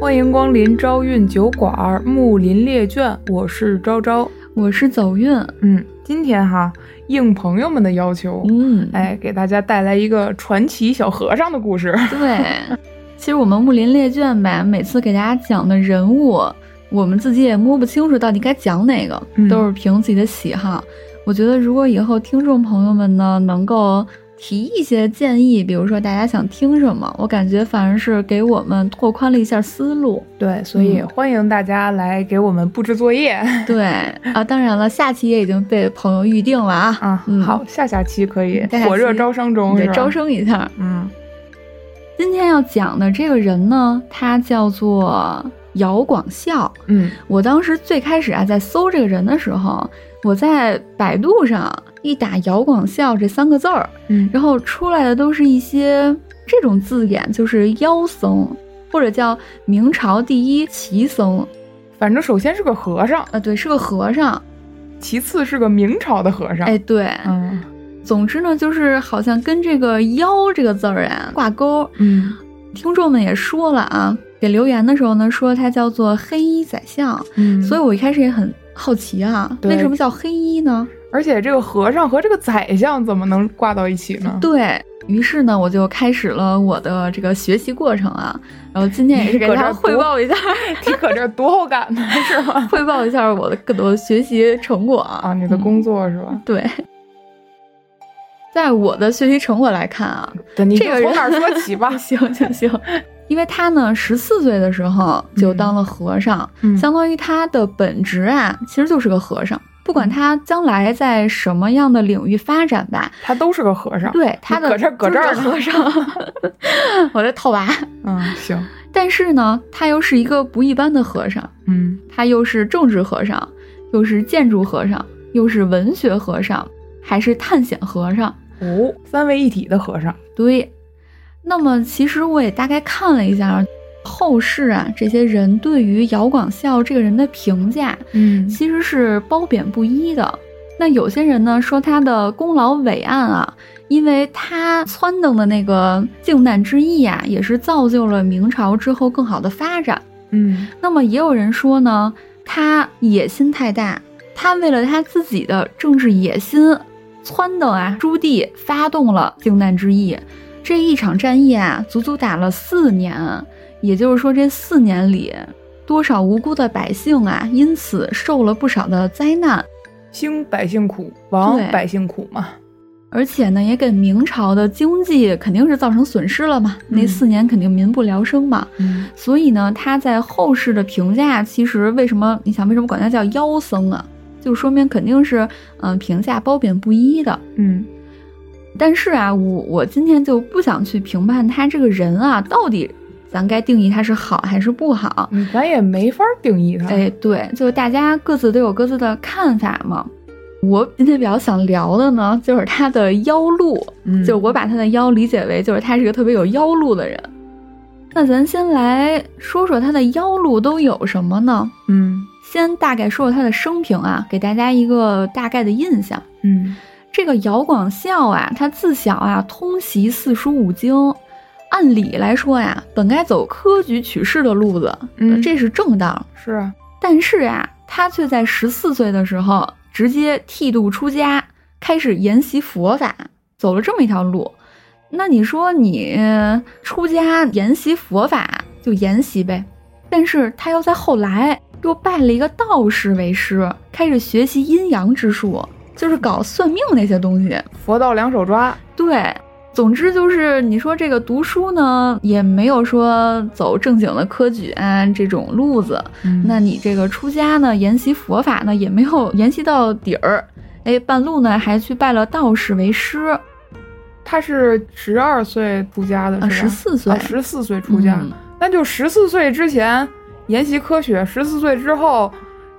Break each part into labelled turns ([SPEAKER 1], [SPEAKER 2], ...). [SPEAKER 1] 欢迎光临招运酒馆，木林列卷，我是昭昭。
[SPEAKER 2] 我是走运，
[SPEAKER 1] 嗯，今天哈，应朋友们的要求，
[SPEAKER 2] 嗯，
[SPEAKER 1] 哎，给大家带来一个传奇小和尚的故事。
[SPEAKER 2] 对。其实我们木林列卷吧，每次给大家讲的人物，我们自己也摸不清楚到底该讲哪个，
[SPEAKER 1] 嗯
[SPEAKER 2] 都是凭自己的喜好。我觉得如果以后听众朋友们呢，能够提一些建议，比如说大家想听什么，我感觉反而是给我们拓宽了一下思路。
[SPEAKER 1] 对，所以
[SPEAKER 2] 嗯
[SPEAKER 1] 欢迎大家来给我们布置作业
[SPEAKER 2] 对啊，当然了，下期也已经被朋友预定了啊。
[SPEAKER 1] 啊。
[SPEAKER 2] 嗯
[SPEAKER 1] 好，下下期可以
[SPEAKER 2] 下下期
[SPEAKER 1] 火热招生中，
[SPEAKER 2] 对
[SPEAKER 1] 是，吧
[SPEAKER 2] 招。生一下。
[SPEAKER 1] 嗯，
[SPEAKER 2] 今天要讲的这个人呢，他叫做姚广孝。
[SPEAKER 1] 嗯，
[SPEAKER 2] 我当时最开始啊，在搜这个人的时候，我在百度上一打“姚广孝”这三个字儿，
[SPEAKER 1] 嗯，
[SPEAKER 2] 然后出来的都是一些这种字眼，就是妖僧，或者叫明朝第一奇僧
[SPEAKER 1] 反正首先是个和尚，
[SPEAKER 2] 啊，对，是个和尚，
[SPEAKER 1] 其次是个明朝的和尚。
[SPEAKER 2] 哎，对，
[SPEAKER 1] 嗯
[SPEAKER 2] 总之呢，就是好像跟这个“妖”这个字儿啊挂钩。
[SPEAKER 1] 嗯
[SPEAKER 2] 听众们也说了啊，给留言的时候呢，说他叫做黑衣宰相，
[SPEAKER 1] 嗯，
[SPEAKER 2] 所以我一开始也很好奇啊，
[SPEAKER 1] 对
[SPEAKER 2] 为什么叫黑衣呢？
[SPEAKER 1] 而且这个和尚和这个宰相怎么能挂到一起呢？
[SPEAKER 2] 对于是呢，我就开始了我的这个学习过程啊，然后今天也是给
[SPEAKER 1] 你
[SPEAKER 2] 大
[SPEAKER 1] 搁这
[SPEAKER 2] 家
[SPEAKER 1] 儿
[SPEAKER 2] 汇报一下，
[SPEAKER 1] 你可这读后感呢是吗？
[SPEAKER 2] 汇报一下我的各种学习成果
[SPEAKER 1] 啊，
[SPEAKER 2] 啊
[SPEAKER 1] 你的工作是吧？
[SPEAKER 2] 对。在我的学习成果来看啊，
[SPEAKER 1] 对，你
[SPEAKER 2] 这个
[SPEAKER 1] 就从
[SPEAKER 2] 人？
[SPEAKER 1] 哪儿说起 吧
[SPEAKER 2] 行 行行，因为他呢，十四岁的时候就当了和尚，
[SPEAKER 1] 嗯
[SPEAKER 2] 相当于他的本职啊，其实就是个和尚。不
[SPEAKER 1] 嗯
[SPEAKER 2] 管他将来在什么样的领域发展吧，
[SPEAKER 1] 他都是个和尚。，
[SPEAKER 2] 对他的
[SPEAKER 1] 搁这儿搁
[SPEAKER 2] 就是
[SPEAKER 1] 这儿
[SPEAKER 2] 个
[SPEAKER 1] 呢
[SPEAKER 2] 和尚，我在套娃。
[SPEAKER 1] 嗯，行，
[SPEAKER 2] 但是呢，他又是一个不一般的和尚，
[SPEAKER 1] 嗯
[SPEAKER 2] 他又是政治和尚，又是建筑和尚，又是文学和尚，还是探险和尚。
[SPEAKER 1] 哦，三位一体的和尚。
[SPEAKER 2] 对，那么其实我也大概看了一下啊后世啊，这些人对于姚广孝这个人的评价，
[SPEAKER 1] 嗯
[SPEAKER 2] 其实是褒贬不一的。那有些人呢说他的功劳伟岸啊，因为他撺掇的那个靖难之役啊，也是造就了明朝之后更好的发展。
[SPEAKER 1] 嗯
[SPEAKER 2] 那么也有人说呢，他野心太大，他为了他自己的政治野心，撺掇啊朱棣发动了靖难之役。这一场战役啊，足足打了四年，啊也就是说，这四年里，多少无辜的百姓啊，因此受了不少的灾难，
[SPEAKER 1] 兴百姓苦，亡
[SPEAKER 2] 对
[SPEAKER 1] 百姓苦嘛。
[SPEAKER 2] 而且呢，也给明朝的经济肯定是造成损失了嘛。那
[SPEAKER 1] 嗯
[SPEAKER 2] 四年肯定民不聊生嘛。
[SPEAKER 1] 嗯
[SPEAKER 2] 所以呢，他在后世的评价，其实为什么你想为什么管他叫妖僧啊？就说明肯定是嗯、评价褒贬不一的。
[SPEAKER 1] 嗯
[SPEAKER 2] 但是啊，我我今天就不想去评判他这个人啊，到底咱该定义他是好还是不好。
[SPEAKER 1] 嗯，咱也没法定义他。
[SPEAKER 2] 哎，对，就是大家各自都有各自的看法嘛。我今天比较想聊的呢，就是他的妖路。
[SPEAKER 1] 嗯，
[SPEAKER 2] 就是我把他的妖理解为，就是他是一个特别有妖路的人。那咱先来说说他的妖路都有什么呢？
[SPEAKER 1] 嗯
[SPEAKER 2] 先大概说说他的生平啊，给大家一个大概的印象。
[SPEAKER 1] 嗯
[SPEAKER 2] 这个姚广孝啊，他自小啊通习四书五经，按理来说呀，本该走科举取士的路子，
[SPEAKER 1] 嗯
[SPEAKER 2] 这是正道。
[SPEAKER 1] 是啊，
[SPEAKER 2] 但是啊，他却在十四岁的时候直接剃度出家，开始研习佛法，走了这么一条路。那你说你呃出家研习佛法就研习呗，但是他又在后来又拜了一个道士为师，开始学习阴阳之术，就是搞算命那些东西。
[SPEAKER 1] 佛道两手抓。
[SPEAKER 2] 对，总之就是你说这个读书呢，也没有说走正经的科举啊这种路子，
[SPEAKER 1] 嗯
[SPEAKER 2] 那你这个出家呢，研习佛法呢，也没有研习到底儿。哎，半路呢还去拜了道士为师，
[SPEAKER 1] 他是十二岁出家的
[SPEAKER 2] 啊，
[SPEAKER 1] 哦是吧，
[SPEAKER 2] 十四岁
[SPEAKER 1] 十四岁出家
[SPEAKER 2] 嗯，
[SPEAKER 1] 那就十四岁之前研习科学，十四岁之后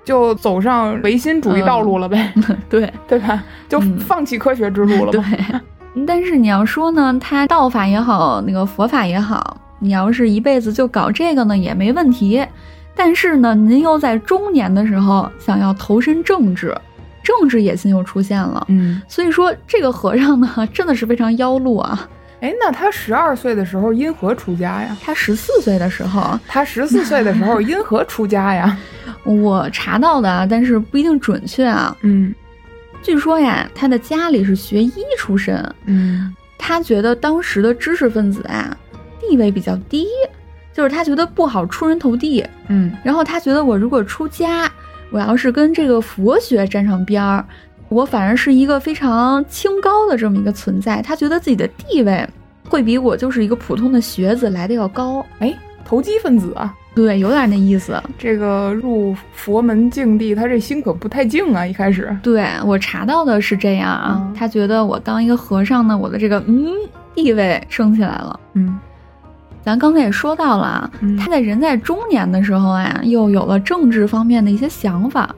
[SPEAKER 1] 就走上唯心主义道路了呗，
[SPEAKER 2] 对
[SPEAKER 1] 对吧？就
[SPEAKER 2] 嗯
[SPEAKER 1] 放弃科学之路了
[SPEAKER 2] 对
[SPEAKER 1] 嘛。。
[SPEAKER 2] 但是你要说呢，他道法也好，那个佛法也好，你要是一辈子就搞这个呢，也没问题。但是呢，您又在中年的时候想要投身政治，政治野心又出现了。
[SPEAKER 1] 嗯
[SPEAKER 2] 所以说，这个和尚呢，真的是非常妖路啊。
[SPEAKER 1] 哎，那他十二岁的时候因何出家呀？
[SPEAKER 2] 他十四岁的时候，
[SPEAKER 1] 他十四岁的时候因何出家呀？
[SPEAKER 2] 我查到的啊，但是不一定准确啊。
[SPEAKER 1] 嗯
[SPEAKER 2] 据说呀，他的家里是学医出身，
[SPEAKER 1] 嗯
[SPEAKER 2] 他觉得当时的知识分子啊，地位比较低，就是他觉得不好出人头地。
[SPEAKER 1] 嗯
[SPEAKER 2] 然后他觉得我如果出家，我要是跟这个佛学沾上边儿，我反而是一个非常清高的这么一个存在。他觉得自己的地位会比我就是一个普通的学子来的要高。
[SPEAKER 1] 哎，投机分子啊，
[SPEAKER 2] 对，有点那意思。
[SPEAKER 1] 这个入佛门境地，他这心可不太静啊。一开始，
[SPEAKER 2] 对我查到的是这样啊，
[SPEAKER 1] 嗯
[SPEAKER 2] 他觉得我当一个和尚呢，我的这个嗯地位升起来了。
[SPEAKER 1] 嗯
[SPEAKER 2] 咱刚才也说到了啊，
[SPEAKER 1] 嗯
[SPEAKER 2] 他在人在中年的时候啊，又有了政治方面的一些想法，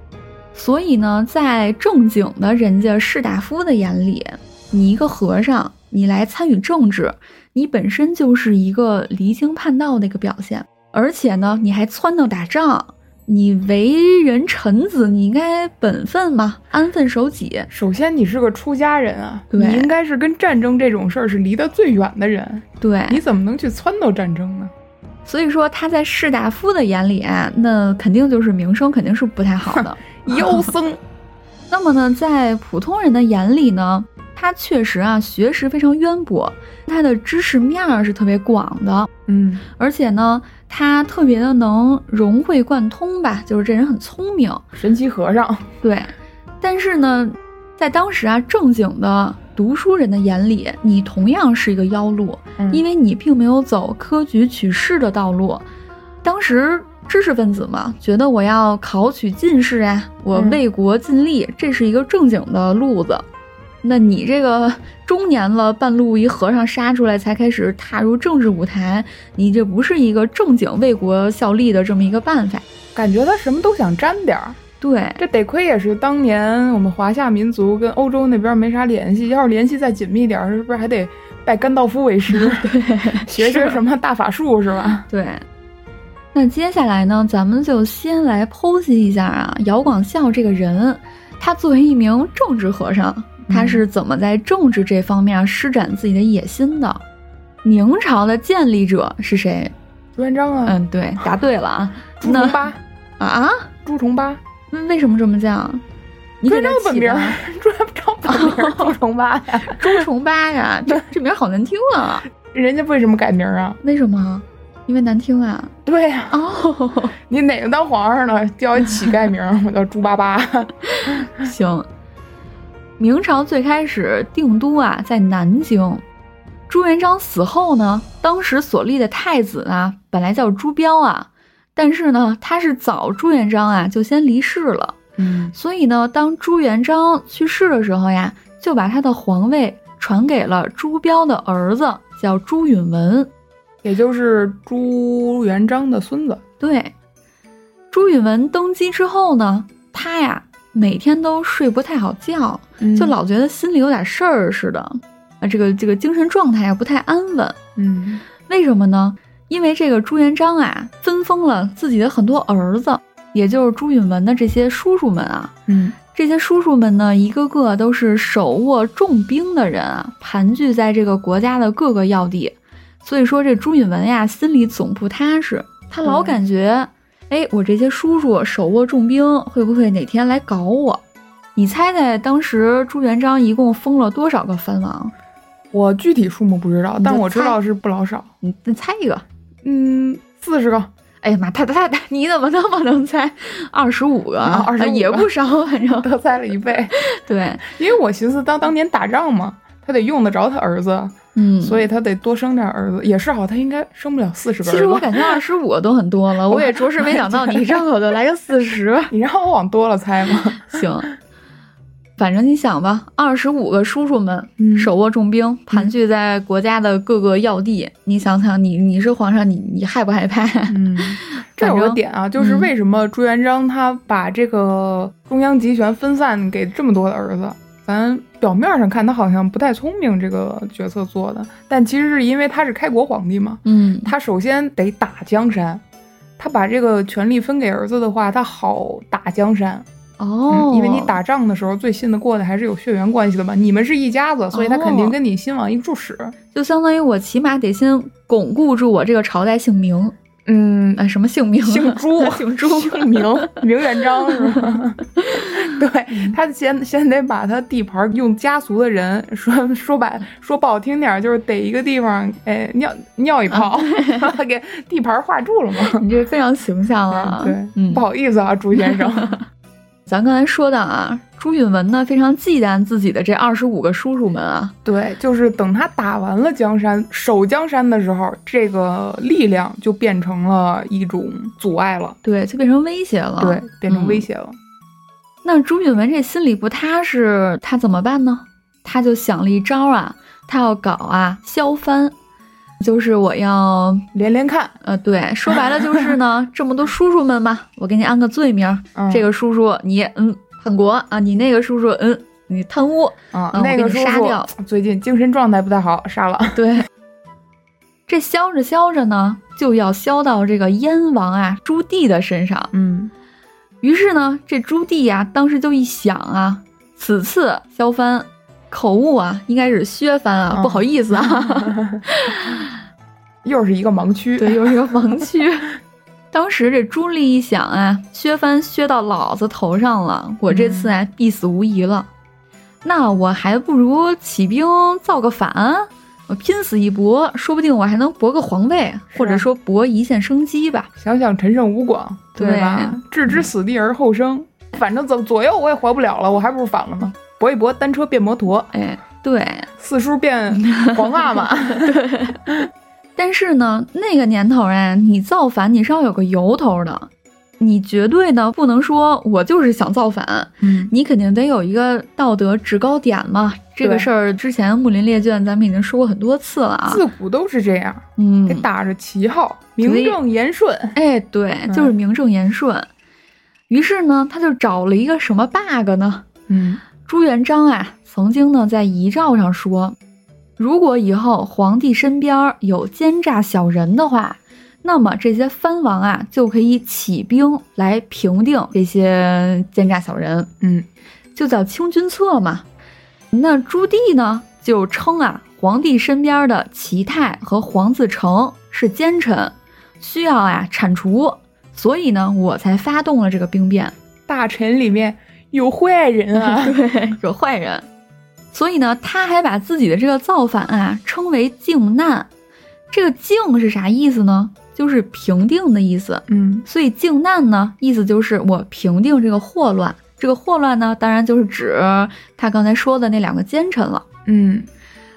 [SPEAKER 2] 所以呢，在正经的人家士大夫的眼里，你一个和尚，你来参与政治，你本身就是一个离经叛道的一个表现，而且呢，你还撺掇打仗，你为人臣子，你应该本分嘛，安分守己。
[SPEAKER 1] 首先你是个出家人啊，
[SPEAKER 2] 对
[SPEAKER 1] 你应该是跟战争这种事儿是离得最远的人，
[SPEAKER 2] 对，
[SPEAKER 1] 你怎么能去撺掇战争呢？
[SPEAKER 2] 所以说他在士大夫的眼里啊，那肯定就是名声肯定是不太好的。
[SPEAKER 1] 妖僧，
[SPEAKER 2] 那么呢，在普通人的眼里呢，他确实啊学识非常渊博，他的知识面儿是特别广的，
[SPEAKER 1] 嗯
[SPEAKER 2] 而且呢，他特别的能融会贯通吧，就是这人很聪明，
[SPEAKER 1] 神奇和尚，
[SPEAKER 2] 对。但是呢，在当时啊正经的读书人的眼里，你同样是一个妖路，
[SPEAKER 1] 嗯
[SPEAKER 2] 因为你并没有走科举取士的道路。当时知识分子嘛，觉得我要考取进士啊，我
[SPEAKER 1] 嗯
[SPEAKER 2] 为国尽力，这是一个正经的路子。那你这个中年了，半路一和尚杀出来，才开始踏入政治舞台，你这不是一个正经为国效力的这么一个办法。
[SPEAKER 1] 感觉他什么都想沾点儿。
[SPEAKER 2] 对，
[SPEAKER 1] 这得亏也是当年我们华夏民族跟欧洲那边没啥联系，要是联系再紧密点儿，是不是还得拜甘道夫为 师，学学什么大法术是吧？
[SPEAKER 2] 对，那接下来呢，咱们就先来剖析一下啊，姚广孝这个人，他作为一名政治和尚，他
[SPEAKER 1] 嗯
[SPEAKER 2] 是怎么在政治这方面啊施展自己的野心的？明朝的建立者是谁？
[SPEAKER 1] 朱元璋啊，
[SPEAKER 2] 嗯，对，答对了啊。
[SPEAKER 1] 朱重八，
[SPEAKER 2] 啊？嗯
[SPEAKER 1] 朱重八，
[SPEAKER 2] 为什么这么叫？你
[SPEAKER 1] 朱
[SPEAKER 2] 给
[SPEAKER 1] 元
[SPEAKER 2] 他
[SPEAKER 1] 璋本
[SPEAKER 2] 起
[SPEAKER 1] 名
[SPEAKER 2] 的
[SPEAKER 1] 儿， 朱元璋本名儿 朱重八呀，
[SPEAKER 2] 周崇巴呀，这这名儿好难听啊！
[SPEAKER 1] 人家为什么改名儿啊？
[SPEAKER 2] 为什么？因为难听啊！
[SPEAKER 1] 对呀、
[SPEAKER 2] 哦，
[SPEAKER 1] 你哪个当皇上呢？叫一乞丐名儿，我叫朱八八。
[SPEAKER 2] 行，明朝最开始定都啊在南京。朱元璋死后呢，当时所立的太子啊，本来叫朱标啊，但是呢，他是早朱元璋啊就先离世了，
[SPEAKER 1] 嗯
[SPEAKER 2] 所以呢，当朱元璋去世的时候呀，就把他的皇位传给了朱标的儿子，叫朱允文。
[SPEAKER 1] 也就是朱元璋的孙子。
[SPEAKER 2] 对，朱允文登基之后呢，他呀每天都睡不太好觉，
[SPEAKER 1] 嗯
[SPEAKER 2] 就老觉得心里有点事儿似的，啊，这个这个精神状态啊不太安稳。
[SPEAKER 1] 嗯
[SPEAKER 2] 为什么呢？因为这个朱元璋啊分封了自己的很多儿子，也就是朱允文的这些叔叔们啊，
[SPEAKER 1] 嗯
[SPEAKER 2] 这些叔叔们呢，一个个都是手握重兵的人啊，盘踞在这个国家的各个要地，所以说这朱允文呀心里总不踏实，他老
[SPEAKER 1] 嗯
[SPEAKER 2] 感觉，哎，我这些叔叔手握重兵，会不会哪天来搞我？你猜猜当时朱元璋一共封了多少个藩王？
[SPEAKER 1] 我具体数目不知道，
[SPEAKER 2] 你就
[SPEAKER 1] 但我知
[SPEAKER 2] 猜
[SPEAKER 1] 道是不老少。
[SPEAKER 2] 你你猜一个？
[SPEAKER 1] 嗯，四十个，
[SPEAKER 2] 哎呀妈，太太太，你怎么那么能猜？二十五个，
[SPEAKER 1] 啊25个
[SPEAKER 2] 也不少，反正
[SPEAKER 1] 多猜了一倍。
[SPEAKER 2] 对，
[SPEAKER 1] 因为我寻思当当年打仗嘛，他得用得着他儿子，
[SPEAKER 2] 嗯，
[SPEAKER 1] 所以他得多生点儿子。也是好，他应该生不了四十个儿
[SPEAKER 2] 其
[SPEAKER 1] 子。
[SPEAKER 2] 实我感觉二十五都很多了，我也着实没想到你张口就来个 四十。
[SPEAKER 1] 你让我往多了猜嘛。
[SPEAKER 2] 行， 反正你想吧，二十五个叔叔们
[SPEAKER 1] 嗯
[SPEAKER 2] 手握重兵，盘踞在国家的各个要地，你想想你，你是皇上，你你害不害怕？
[SPEAKER 1] 嗯， 这有
[SPEAKER 2] 反
[SPEAKER 1] 个
[SPEAKER 2] 正
[SPEAKER 1] 点啊，就是
[SPEAKER 2] 嗯
[SPEAKER 1] 为什么朱元璋他把这个中央集权分散给这么多的儿子？咱表面上看他好像不太聪明，这个决策做的，但其实是因为他是开国皇帝嘛，
[SPEAKER 2] 嗯，
[SPEAKER 1] 他首先得打江山，他把这个权力分给儿子的话，他好打江山。
[SPEAKER 2] 哦、
[SPEAKER 1] 嗯因为你打仗的时候最信得过的还是有血缘关系的嘛，你们是一家子，所以他肯
[SPEAKER 2] 哦
[SPEAKER 1] 定跟你心往一处使。
[SPEAKER 2] 就相当于我起码得先巩固住我这个朝代姓名，
[SPEAKER 1] 嗯，
[SPEAKER 2] 哎，什么姓名啊？
[SPEAKER 1] 姓朱
[SPEAKER 2] 姓朱，
[SPEAKER 1] 姓明明元璋是吧？
[SPEAKER 2] 嗯
[SPEAKER 1] 对他先先得把他地盘用家族的人说说白说不好听点儿，就是逮一个地方，哎，尿尿一
[SPEAKER 2] 啊
[SPEAKER 1] 泡， 给地盘画住了嘛。
[SPEAKER 2] 你这非常形象啊。
[SPEAKER 1] 对，
[SPEAKER 2] 嗯
[SPEAKER 1] 不，好意思啊，朱先 生。
[SPEAKER 2] 咱刚才说的啊，朱允文呢非常忌惮自己的这二十五个叔叔们啊，
[SPEAKER 1] 对，就是等他打完了江山，守江山的时候，这个力量就变成了一种阻碍了，
[SPEAKER 2] 对，就变成威胁了。
[SPEAKER 1] 对，变成威
[SPEAKER 2] 嗯
[SPEAKER 1] 胁了。
[SPEAKER 2] 那朱允文这心里不踏实，他怎么办呢？他就想了一招啊，他要搞啊削藩，就是我要
[SPEAKER 1] 连连看，
[SPEAKER 2] 呃，对，说白了就 是呢，这么多叔叔们嘛，我给你安个罪名儿，
[SPEAKER 1] 嗯、
[SPEAKER 2] 这个叔叔你嗯叛国啊，你那个叔叔嗯你贪污，
[SPEAKER 1] 啊、
[SPEAKER 2] 嗯
[SPEAKER 1] 那
[SPEAKER 2] 我给
[SPEAKER 1] 个
[SPEAKER 2] 你
[SPEAKER 1] 叔
[SPEAKER 2] 杀掉
[SPEAKER 1] 叔最近精神状态不太好，杀了。
[SPEAKER 2] 对。这削着削着呢，就要削到这个燕王啊朱棣的身上。
[SPEAKER 1] 嗯，
[SPEAKER 2] 于是呢，这朱棣呀、当时就一想啊，此次削藩，口误啊，应该是削藩啊，
[SPEAKER 1] 嗯
[SPEAKER 2] 不好意思啊，
[SPEAKER 1] 又是一个盲区。
[SPEAKER 2] 对，又是个盲区。 当时这朱棣一想啊，削藩削到老子头上了，我这次啊必死无疑了，那我还不如起兵造个反，我拼死一搏，说不定我还能博个皇位，或者说博一线生机吧。
[SPEAKER 1] 想想陈胜吴广，
[SPEAKER 2] 对
[SPEAKER 1] 吧？置之死地而后生，反正怎左右我也活不了了，我还不如反了呢。搏一搏，单车变摩托，
[SPEAKER 2] 哎，对，
[SPEAKER 1] 四叔 变皇阿玛。
[SPEAKER 2] 但是呢，那个年头啊，你造反你是要有个由头的，你绝对呢不能说我就是想造反，
[SPEAKER 1] 嗯，
[SPEAKER 2] 你肯定得有一个道德制高点嘛。这个
[SPEAKER 1] 对
[SPEAKER 2] 事儿之前木林列卷咱们已经说过很多次了啊。
[SPEAKER 1] 自古都是这样，
[SPEAKER 2] 嗯
[SPEAKER 1] 得，打着旗号，
[SPEAKER 2] 对
[SPEAKER 1] 名正言顺。
[SPEAKER 2] 哎，对，
[SPEAKER 1] 嗯
[SPEAKER 2] 就是名正言顺。于是呢，他就找了一个什么 bug 呢？
[SPEAKER 1] 嗯
[SPEAKER 2] 朱元璋啊，曾经呢在遗诏上说，如果以后皇帝身边有奸诈小人的话，那么这些藩王啊就可以起兵来平定这些奸诈小人，
[SPEAKER 1] 嗯，
[SPEAKER 2] 就叫清君侧嘛。那朱棣呢就称啊，皇帝身边的齐泰和黄自成是奸臣，需要啊铲除，所以呢我才发动了这个兵变。
[SPEAKER 1] 大臣里面有坏人 啊。
[SPEAKER 2] 对，有坏人。所以呢，他还把自己的这个造反啊称为靖难。这个靖是啥意思呢？就是平定的意思。
[SPEAKER 1] 嗯
[SPEAKER 2] 所以靖难呢，意思就是我平定这个祸乱。这个祸乱呢，当然就是指他刚才说的那两个奸臣了。
[SPEAKER 1] 嗯，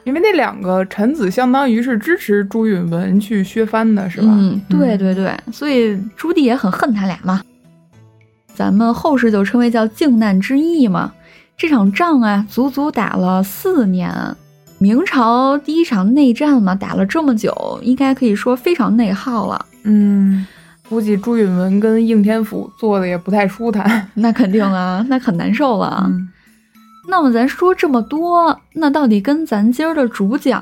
[SPEAKER 1] 因为那两个臣子相当于是支持朱允文去削藩的，是吧？
[SPEAKER 2] 嗯，对对对，所以朱棣也很恨他俩嘛。咱们后世就称为叫靖难之役嘛。这场仗啊，足足打了四年。明朝第一场内战嘛，打了这么久，应该可以说非常内耗了。
[SPEAKER 1] 嗯，估计朱允文跟应天府做的也不太舒坦。
[SPEAKER 2] 那肯定啊，那很难受了。
[SPEAKER 1] 嗯
[SPEAKER 2] 那么咱说这么多，那到底跟咱今儿的主角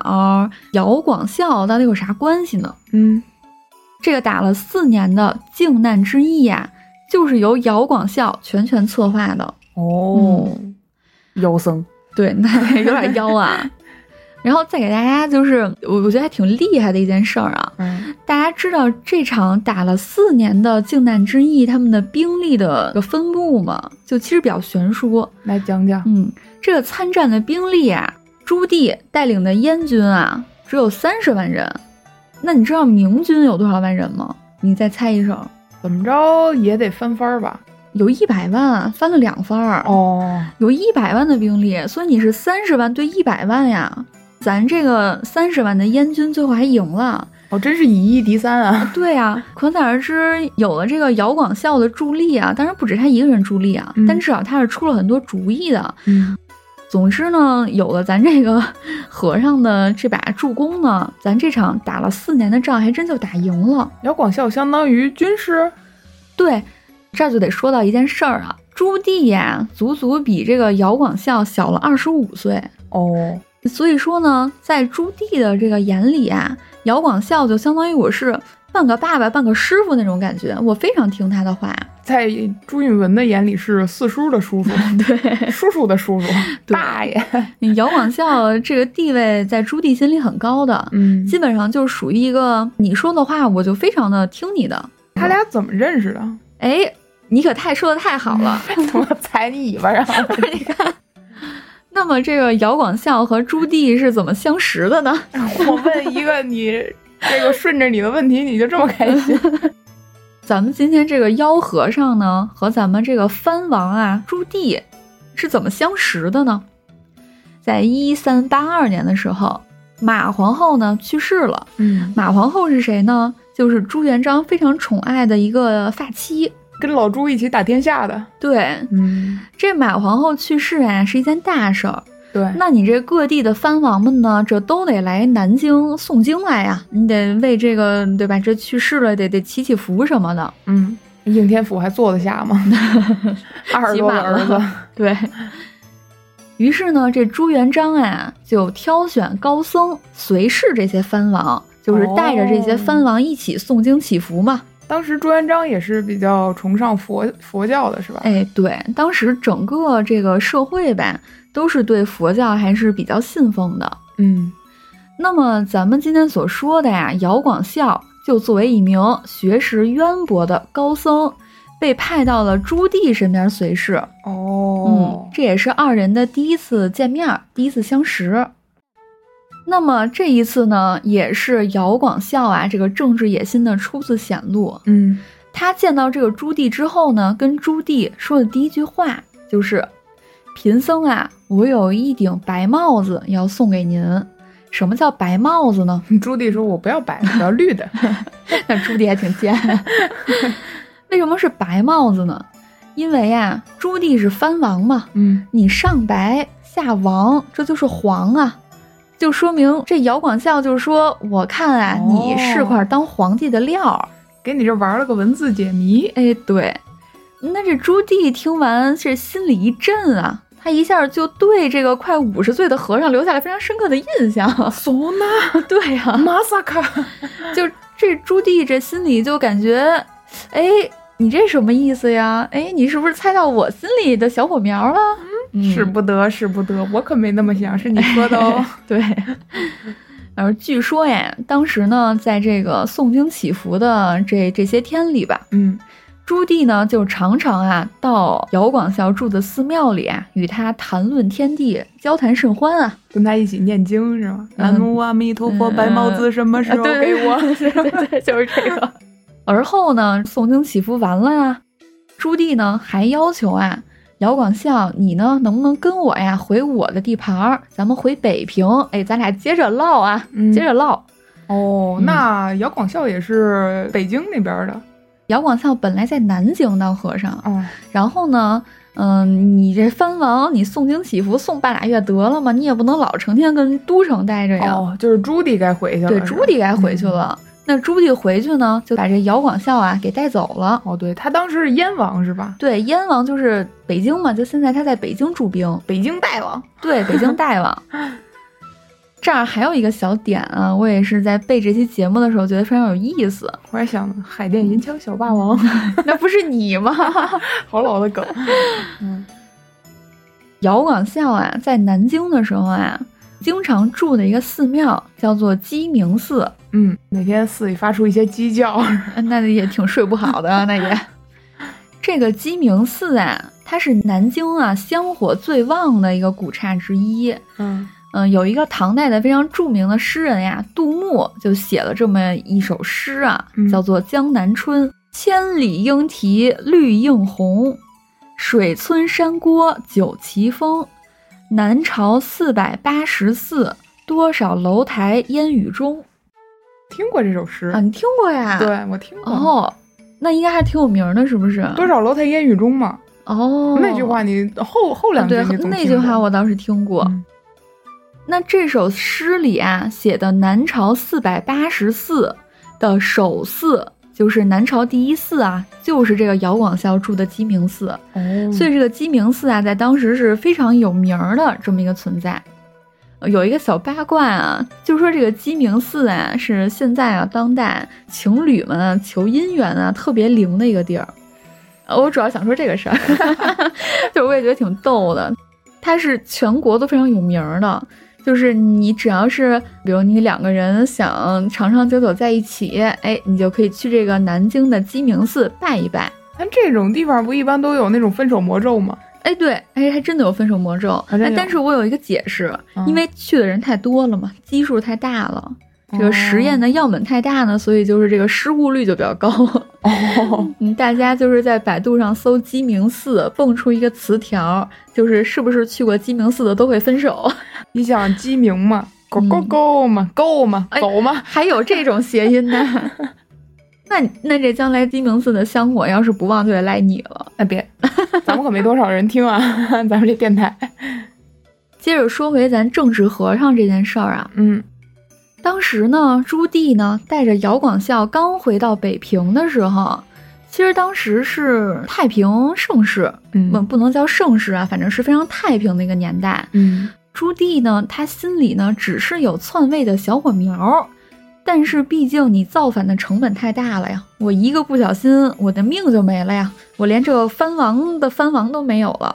[SPEAKER 2] 姚广孝到底有啥关系呢？
[SPEAKER 1] 嗯
[SPEAKER 2] 这个打了四年的靖难之役呀、就是由姚广孝全权策划的。
[SPEAKER 1] 哦，妖僧。
[SPEAKER 2] 对，那有点妖啊。然后再给大家就是，我我觉得还挺厉害的一件事儿啊。
[SPEAKER 1] 嗯
[SPEAKER 2] 大家知道这场打了四年的靖难之役，他们的兵力的这个分布吗？就其实比较悬殊。
[SPEAKER 1] 来讲讲。
[SPEAKER 2] 嗯，这个参战的兵力啊，朱棣带领的燕军啊，只有三十万人。那你知道明军有多少万人吗？你再猜一手。
[SPEAKER 1] 怎么着也得翻番儿吧？
[SPEAKER 2] 有一百万，翻了两番儿，
[SPEAKER 1] 哦，
[SPEAKER 2] 有一百万的兵力，所以你是三十万对一百万呀。咱这个三十万的燕军最后还赢了，
[SPEAKER 1] 哦，真是以一敌三啊！
[SPEAKER 2] 对呀、可想而知，有了这个姚广孝的助力啊，当然不止他一个人助力啊，
[SPEAKER 1] 嗯
[SPEAKER 2] 但至少他是出了很多主意的。
[SPEAKER 1] 嗯
[SPEAKER 2] 总之呢，有了咱这个 和尚的这把助攻呢，咱这场打了四年的仗还真就打赢了。
[SPEAKER 1] 姚广孝相当于军师，
[SPEAKER 2] 对，这儿就得说到一件事儿啊，朱棣呀，足足比这个姚广孝小了二十五岁，
[SPEAKER 1] 哦，
[SPEAKER 2] 所以说呢，在朱棣的这个眼里啊，姚广孝就相当于我是半个爸爸半个师傅那种感觉，我非常听他的话。
[SPEAKER 1] 在朱允文的眼里是四叔的叔叔，
[SPEAKER 2] 对，
[SPEAKER 1] 叔叔的叔叔，
[SPEAKER 2] 对
[SPEAKER 1] 大爷。
[SPEAKER 2] 姚广孝这个地位在朱棣心里很高的，
[SPEAKER 1] 嗯，
[SPEAKER 2] 基本上就是属于一个你说的话我就非常的听你的。
[SPEAKER 1] 他俩怎么认识的？
[SPEAKER 2] 哎，你可太说的太好了。
[SPEAKER 1] 怎么踩你尾巴上？
[SPEAKER 2] 那么这个姚广孝和朱棣是怎么相识的呢？
[SPEAKER 1] 我问一个你，这个顺着你的问题，你就这么开 心？
[SPEAKER 2] 咱们今天这个妖和尚呢，和咱们这个藩王啊朱棣是怎么相识的呢？在一三八二年的时候，马皇后呢去世了。
[SPEAKER 1] 嗯，
[SPEAKER 2] 马皇后是谁呢？就是朱元璋非常宠爱的一个发妻。
[SPEAKER 1] 跟老朱一起打天下的。
[SPEAKER 2] 对，
[SPEAKER 1] 嗯，
[SPEAKER 2] 这马皇后去世啊，是一件大事儿。
[SPEAKER 1] 对，
[SPEAKER 2] 那你这各地的藩王们呢，这都得来南京诵经来呀、你得为这个对吧？这去世了，得得祈祈福什么的。
[SPEAKER 1] 嗯，应天府还坐得下 吗？二十多个儿
[SPEAKER 2] 挤满
[SPEAKER 1] 子，
[SPEAKER 2] 对于是呢，这朱元璋啊，就挑选高僧、随侍这些藩王，就是带着这些藩王一起诵经祈福嘛。
[SPEAKER 1] 当时朱元璋也是比较崇尚佛佛教的，是吧？
[SPEAKER 2] 哎，对，当时整个这个社会吧，都是对佛教还是比较信奉的。
[SPEAKER 1] 嗯，
[SPEAKER 2] 那么咱们今天所说的呀，姚广孝就作为一名学识渊博的高僧，被派到了朱棣身边随侍。
[SPEAKER 1] 哦
[SPEAKER 2] 嗯，，这也是二人的第一次见面儿，第一次相识。那么这一次呢，也是姚广孝啊，这个政治野心的初次显露。
[SPEAKER 1] 嗯，
[SPEAKER 2] 他见到这个朱棣之后呢，跟朱棣说的第一句话就是：“贫僧啊，我有一顶白帽子要送给您。”什么叫白帽子呢？
[SPEAKER 1] 嗯朱棣说：“我不要白的，我要绿的。
[SPEAKER 2] 那朱棣还挺贱。为什么是白帽子呢？因为呀、朱棣是藩王嘛，”
[SPEAKER 1] 嗯，
[SPEAKER 2] 你上白下王，这就是黄啊，就说明这姚广孝就是说，我看啊，
[SPEAKER 1] 哦
[SPEAKER 2] 你是块当皇帝的料儿。
[SPEAKER 1] 给你这玩了个文字解谜。
[SPEAKER 2] 哎，对，那这朱棣听完是心里一震啊，他一下就对这个快五十岁的和尚留下了非常深刻的印象。
[SPEAKER 1] 嗖呐，
[SPEAKER 2] 对呀、
[SPEAKER 1] 马萨卡，
[SPEAKER 2] 就这朱棣这心里就感觉，哎，你这什么意思呀？哎，你是不是猜到我心里的小火苗了？嗯
[SPEAKER 1] 使不得，使不得，我可没那么想，是你说的 哦。
[SPEAKER 2] 对，而据说呀，当时呢，在这个诵经祈福的这这些天里吧，
[SPEAKER 1] 嗯，
[SPEAKER 2] 朱棣呢就常常啊到姚广孝住的寺庙里啊，与他谈论天地，交谈甚欢啊。
[SPEAKER 1] 跟他一起念经是吗？
[SPEAKER 2] 嗯
[SPEAKER 1] 南无阿弥陀佛，
[SPEAKER 2] 嗯
[SPEAKER 1] 白帽子什么时
[SPEAKER 2] 啊
[SPEAKER 1] 候
[SPEAKER 2] 对
[SPEAKER 1] 给 我？
[SPEAKER 2] 对 对对对，就是这个。而后呢，诵经祈福完了呀，朱棣呢还要求啊，姚广孝，你呢能不能跟我呀回我的地盘儿，咱们回北平，哎，咱俩接着唠啊，
[SPEAKER 1] 嗯
[SPEAKER 2] 接着唠。
[SPEAKER 1] 哦，
[SPEAKER 2] 嗯
[SPEAKER 1] 那姚广孝也是北京那边的。
[SPEAKER 2] 姚广孝本来在南京当和尚，
[SPEAKER 1] 哦，
[SPEAKER 2] 然后呢，嗯、你这藩王，你诵经祈福诵半拉月得了吗？你也不能老成天跟都城待着呀。
[SPEAKER 1] 哦，就是朱棣该回去了。
[SPEAKER 2] 对，
[SPEAKER 1] 是
[SPEAKER 2] 朱
[SPEAKER 1] 吧
[SPEAKER 2] 棣该回去了。那朱棣回去呢，就把这姚广孝啊给带走了。
[SPEAKER 1] 哦，对他当时是燕王是吧？
[SPEAKER 2] 对，燕王就是北京嘛，就现在他在北京驻兵，
[SPEAKER 1] 北京大王。
[SPEAKER 2] 对，北京大王。这儿还有一个小点啊，我也是在背这期节目的时候觉得非常有意思。
[SPEAKER 1] 我还想海淀银桥小霸王，
[SPEAKER 2] 那不是你吗？
[SPEAKER 1] 好老的梗。
[SPEAKER 2] 姚广孝啊，在南京的时候啊，经常住的一个寺庙叫做鸡鸣寺，
[SPEAKER 1] 嗯，每天寺里发出一些鸡叫。
[SPEAKER 2] 那也挺睡不好的啊，那也。这个鸡鸣寺啊，它是南京啊香火最旺的一个古刹之一。
[SPEAKER 1] 嗯，
[SPEAKER 2] 嗯、有一个唐代的非常著名的诗人呀，杜牧就写了这么一首诗啊
[SPEAKER 1] 嗯，
[SPEAKER 2] 叫做《江南春》：“千里莺啼绿映红，水村山郭酒旗风。南朝四百八十寺，多少楼台烟雨中。
[SPEAKER 1] 听过这首”诗。
[SPEAKER 2] 啊，你听过呀？。
[SPEAKER 1] 对，我听过。
[SPEAKER 2] 哦，那应该还挺有名儿的，是不是？
[SPEAKER 1] 多少楼台烟雨中嘛，
[SPEAKER 2] 哦，
[SPEAKER 1] 那句话你后后
[SPEAKER 2] 啊
[SPEAKER 1] 两句
[SPEAKER 2] 对
[SPEAKER 1] 你总，
[SPEAKER 2] 那
[SPEAKER 1] 听
[SPEAKER 2] 句
[SPEAKER 1] 过
[SPEAKER 2] 话我倒是听过。
[SPEAKER 1] 嗯
[SPEAKER 2] 那这首诗里啊，写的南朝四百八十寺的首寺，就是南朝第一寺啊，就是这个姚广孝住的鸡鸣寺。
[SPEAKER 1] 哦，
[SPEAKER 2] 所以这个鸡鸣寺啊，在当时是非常有名儿的这么一个存在。有一个小八卦啊，就说这个鸡鸣寺啊，是现在啊当代情侣们啊求姻缘啊特别灵的一个地儿。呃我主要想说这个事儿， 就我也觉得挺逗的。它是全国都非常有名儿的，就是你只要是，比如你两个人想长长久久在一起，哎，你就可以去这个南京的鸡鸣寺拜一拜。
[SPEAKER 1] 但这种地方不一般都有那种分手魔咒吗？
[SPEAKER 2] 哎，对，哎，还真的有分手魔咒。
[SPEAKER 1] 啊真
[SPEAKER 2] 哎
[SPEAKER 1] 有
[SPEAKER 2] 但是我有一个解释，
[SPEAKER 1] 嗯
[SPEAKER 2] 因为去的人太多了嘛，基数太大了，
[SPEAKER 1] 哦
[SPEAKER 2] 这个实验
[SPEAKER 1] 的
[SPEAKER 2] 的样本太大呢，所以就是这个失误率就比较高。
[SPEAKER 1] 哦，
[SPEAKER 2] 嗯，大家就是在百度上搜“鸡鸣寺”，蹦出一个词条，就是是不是去过鸡鸣寺的都会分手。
[SPEAKER 1] 你想鸡鸣嘛，狗
[SPEAKER 2] 嗯
[SPEAKER 1] 狗狗嘛，够嘛，
[SPEAKER 2] 哎
[SPEAKER 1] 走嘛，
[SPEAKER 2] 还有这种谐音呢。 那那这将来鸡鸣寺的香火要是不旺，就得赖你了。
[SPEAKER 1] 那 别，咱们可没多少人听啊， 咱们这电台，
[SPEAKER 2] 接着说回咱正直和尚这件事儿啊，
[SPEAKER 1] 嗯
[SPEAKER 2] 当时呢，朱棣呢带着姚广孝刚回到北平的时候，其实当时是太平盛世，不
[SPEAKER 1] 嗯
[SPEAKER 2] 不能叫盛世啊，反正是非常太平的一个年代。
[SPEAKER 1] 嗯，
[SPEAKER 2] 朱棣呢，他心里呢只是有篡位的小火苗儿，但是毕竟你造反的成本太大了呀，我一个不小心，我的命就没了呀，我连这个藩王的藩王都没有了。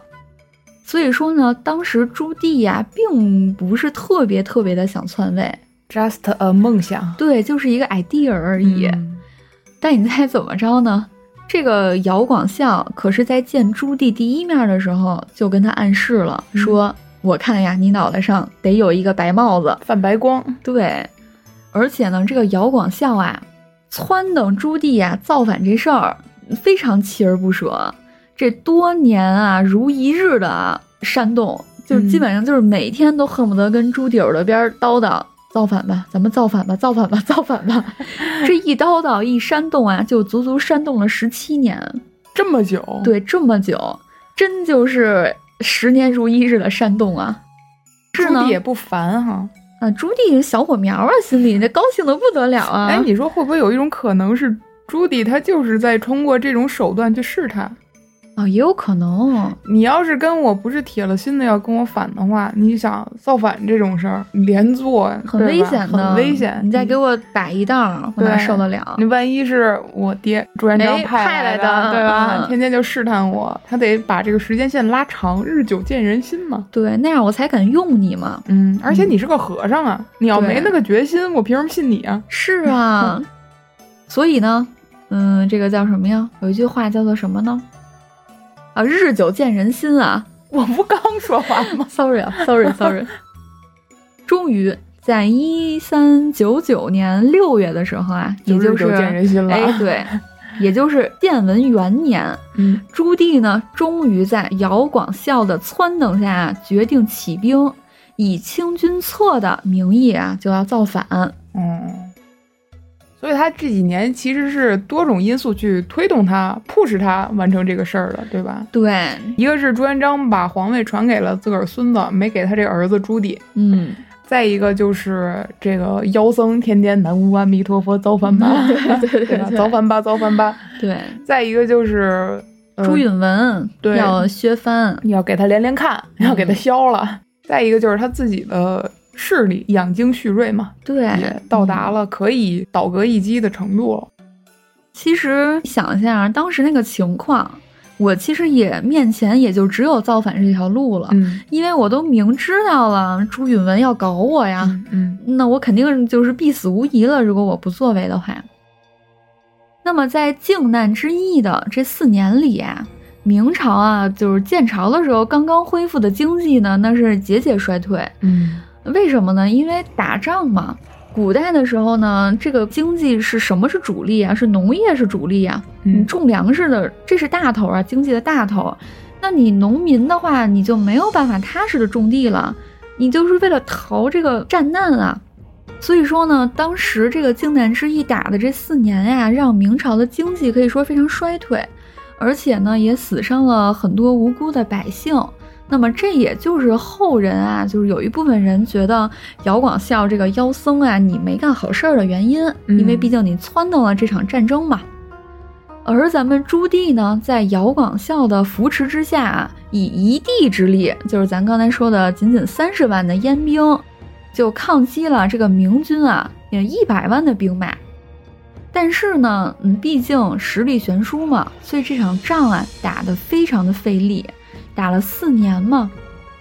[SPEAKER 2] 所以说呢，当时朱棣呀、并不是特别特别的想篡位，
[SPEAKER 1] ，just a 梦想
[SPEAKER 2] 对，就是一个 idea 而已。
[SPEAKER 1] 嗯
[SPEAKER 2] 但你猜怎么着呢？这个姚广孝可是在见朱棣第一面的时候就跟他暗示了，
[SPEAKER 1] 嗯
[SPEAKER 2] 说：“我看呀，你脑袋上得有一个白帽子。
[SPEAKER 1] 泛白光，”
[SPEAKER 2] 对，而且呢，这个姚广孝啊，撺掇朱棣呀、造反这事儿非常锲而不舍，这多年啊如一日的啊煽动，就
[SPEAKER 1] 嗯
[SPEAKER 2] 基本上就是每天都恨不得跟朱棣耳朵边儿叨叨。造反吧，咱们造反吧，造反吧，造反 吧！这一叨叨一煽动啊，就足足煽动了十七年，
[SPEAKER 1] 这么久，，
[SPEAKER 2] 对，这么久，真就是十年如一日的煽动啊！
[SPEAKER 1] 朱
[SPEAKER 2] 是呢
[SPEAKER 1] 棣也不烦哈。
[SPEAKER 2] 啊，朱棣小火苗啊，心里那高兴的不得了啊！
[SPEAKER 1] 哎，你说会不会有一种可能是朱棣他就是在通过这种手段去试探？
[SPEAKER 2] 啊、也有可能，
[SPEAKER 1] 你要是跟我不是铁了心的要跟我反的话，你想造反这种事儿连坐
[SPEAKER 2] 很
[SPEAKER 1] 对
[SPEAKER 2] 危
[SPEAKER 1] 吧
[SPEAKER 2] 险的，
[SPEAKER 1] 很危险。嗯
[SPEAKER 2] 你再给我摆一道，我哪
[SPEAKER 1] 对嗯
[SPEAKER 2] 受得了
[SPEAKER 1] 你？万一是我爹朱元璋
[SPEAKER 2] 哎派
[SPEAKER 1] 来
[SPEAKER 2] 来的
[SPEAKER 1] 对吧？
[SPEAKER 2] 嗯
[SPEAKER 1] 天天就试探我，他得把这个时间线拉长，日久见人心嘛。
[SPEAKER 2] 对，那样我才敢用你嘛。
[SPEAKER 1] 嗯，而且你是个和尚啊，你要
[SPEAKER 2] 对
[SPEAKER 1] 没那个决心，我凭什么信你啊？
[SPEAKER 2] 是啊，所以呢，嗯，这个叫什么呀？有一句话叫做什么呢？啊，日久见人心啊。？
[SPEAKER 1] 我不刚说完吗
[SPEAKER 2] Sorry 啊，Sorry Sorry。终于在一三九九年六月的时候啊，也
[SPEAKER 1] 日
[SPEAKER 2] 就是
[SPEAKER 1] 久见人心了。
[SPEAKER 2] 哎，对，也就是建文元年，
[SPEAKER 1] 嗯，
[SPEAKER 2] 朱棣呢，终于在姚广孝的撺掇下决定起兵，以清君侧的名义啊，就要造反。
[SPEAKER 1] 嗯，所以他这几年其实是多种因素去推动他、迫使他完成这个事儿的，对吧？
[SPEAKER 2] 对，
[SPEAKER 1] 一个是朱元璋把皇位传给了自个儿孙子，没给他这儿子朱棣；
[SPEAKER 2] 嗯，
[SPEAKER 1] 再一个就是这个妖僧天天南无阿弥陀佛造反吧，
[SPEAKER 2] 嗯 对对对
[SPEAKER 1] 对吧？
[SPEAKER 2] 对
[SPEAKER 1] 造反吧，造反吧。
[SPEAKER 2] 对，
[SPEAKER 1] 再一个就是、呃
[SPEAKER 2] 嗯朱允文
[SPEAKER 1] 对
[SPEAKER 2] 要削藩，
[SPEAKER 1] 要给他连连看，要给他削了。
[SPEAKER 2] 嗯
[SPEAKER 1] 再一个就是他自己的势力养精蓄锐嘛，
[SPEAKER 2] 对
[SPEAKER 1] 也，到达了可以倒戈一击的程度了。
[SPEAKER 2] 其实想一下，当时那个情况，我其实也面前也就只有造反这条路了，
[SPEAKER 1] 嗯
[SPEAKER 2] 因为我都明知道了朱允文要搞我呀，
[SPEAKER 1] 嗯嗯。
[SPEAKER 2] 那我肯定就是必死无疑了。如果我不作为的话，那么在靖难之役的这四年里啊，明朝啊，就是建朝的时候刚刚恢复的经济呢，那是节节衰退。
[SPEAKER 1] 嗯
[SPEAKER 2] 为什么呢？因为打仗嘛。古代的时候呢，这个经济是什么是主力啊？是农业是主力啊。你
[SPEAKER 1] 嗯
[SPEAKER 2] 种粮食的这是大头啊，经济的大头。那你农民的话，你就没有办法踏实的种地了，你就是为了逃这个战难啊。所以说呢，当时这个靖难之役打的这四年呀、让明朝的经济可以说非常衰退，而且呢也死伤了很多无辜的百姓。那么这也就是后人啊，就是有一部分人觉得姚广孝这个妖僧啊，你没干好事儿的原因，
[SPEAKER 1] 嗯
[SPEAKER 2] 因为毕竟你撺掇了这场战争嘛。而咱们朱棣呢，在姚广孝的扶持之下啊，以一地之力，就是咱刚才说的仅仅三十万的燕兵，就抗击了这个明军啊，也一百万的兵马。但是呢，嗯，毕竟实力悬殊嘛，所以这场仗啊打得非常的费力，打了四年嘛。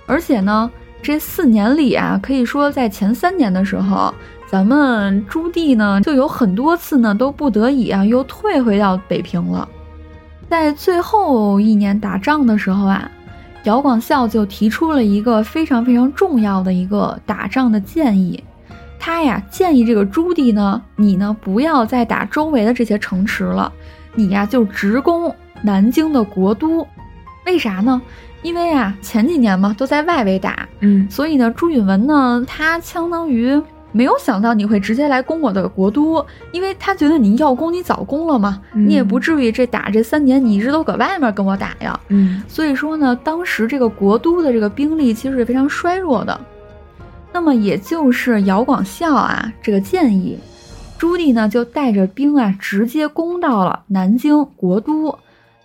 [SPEAKER 2] 而且呢，这四年里啊，可以说在前三年的时候，咱们朱棣呢就有很多次呢都不得已啊又退回到北平了。在最后一年打仗的时候啊，姚广孝就提出了一个非常非常重要的一个打仗的建议。他呀建议这个朱棣呢，你呢不要再打周围的这些城池了，你呀就直攻南京的国都。为啥呢？因为啊前几年嘛都在外围打，
[SPEAKER 1] 嗯
[SPEAKER 2] 所以呢朱允炆呢他相当于没有想到你会直接来攻我的国都，因为他觉得你要攻你早攻了嘛，
[SPEAKER 1] 嗯
[SPEAKER 2] 你也不至于这打这三年你一直都搁外面跟我打呀。
[SPEAKER 1] 嗯
[SPEAKER 2] 所以说呢，当时这个国都的这个兵力其实是非常衰弱的。那么也就是姚广孝啊这个建议，朱棣呢就带着兵啊直接攻到了南京国都。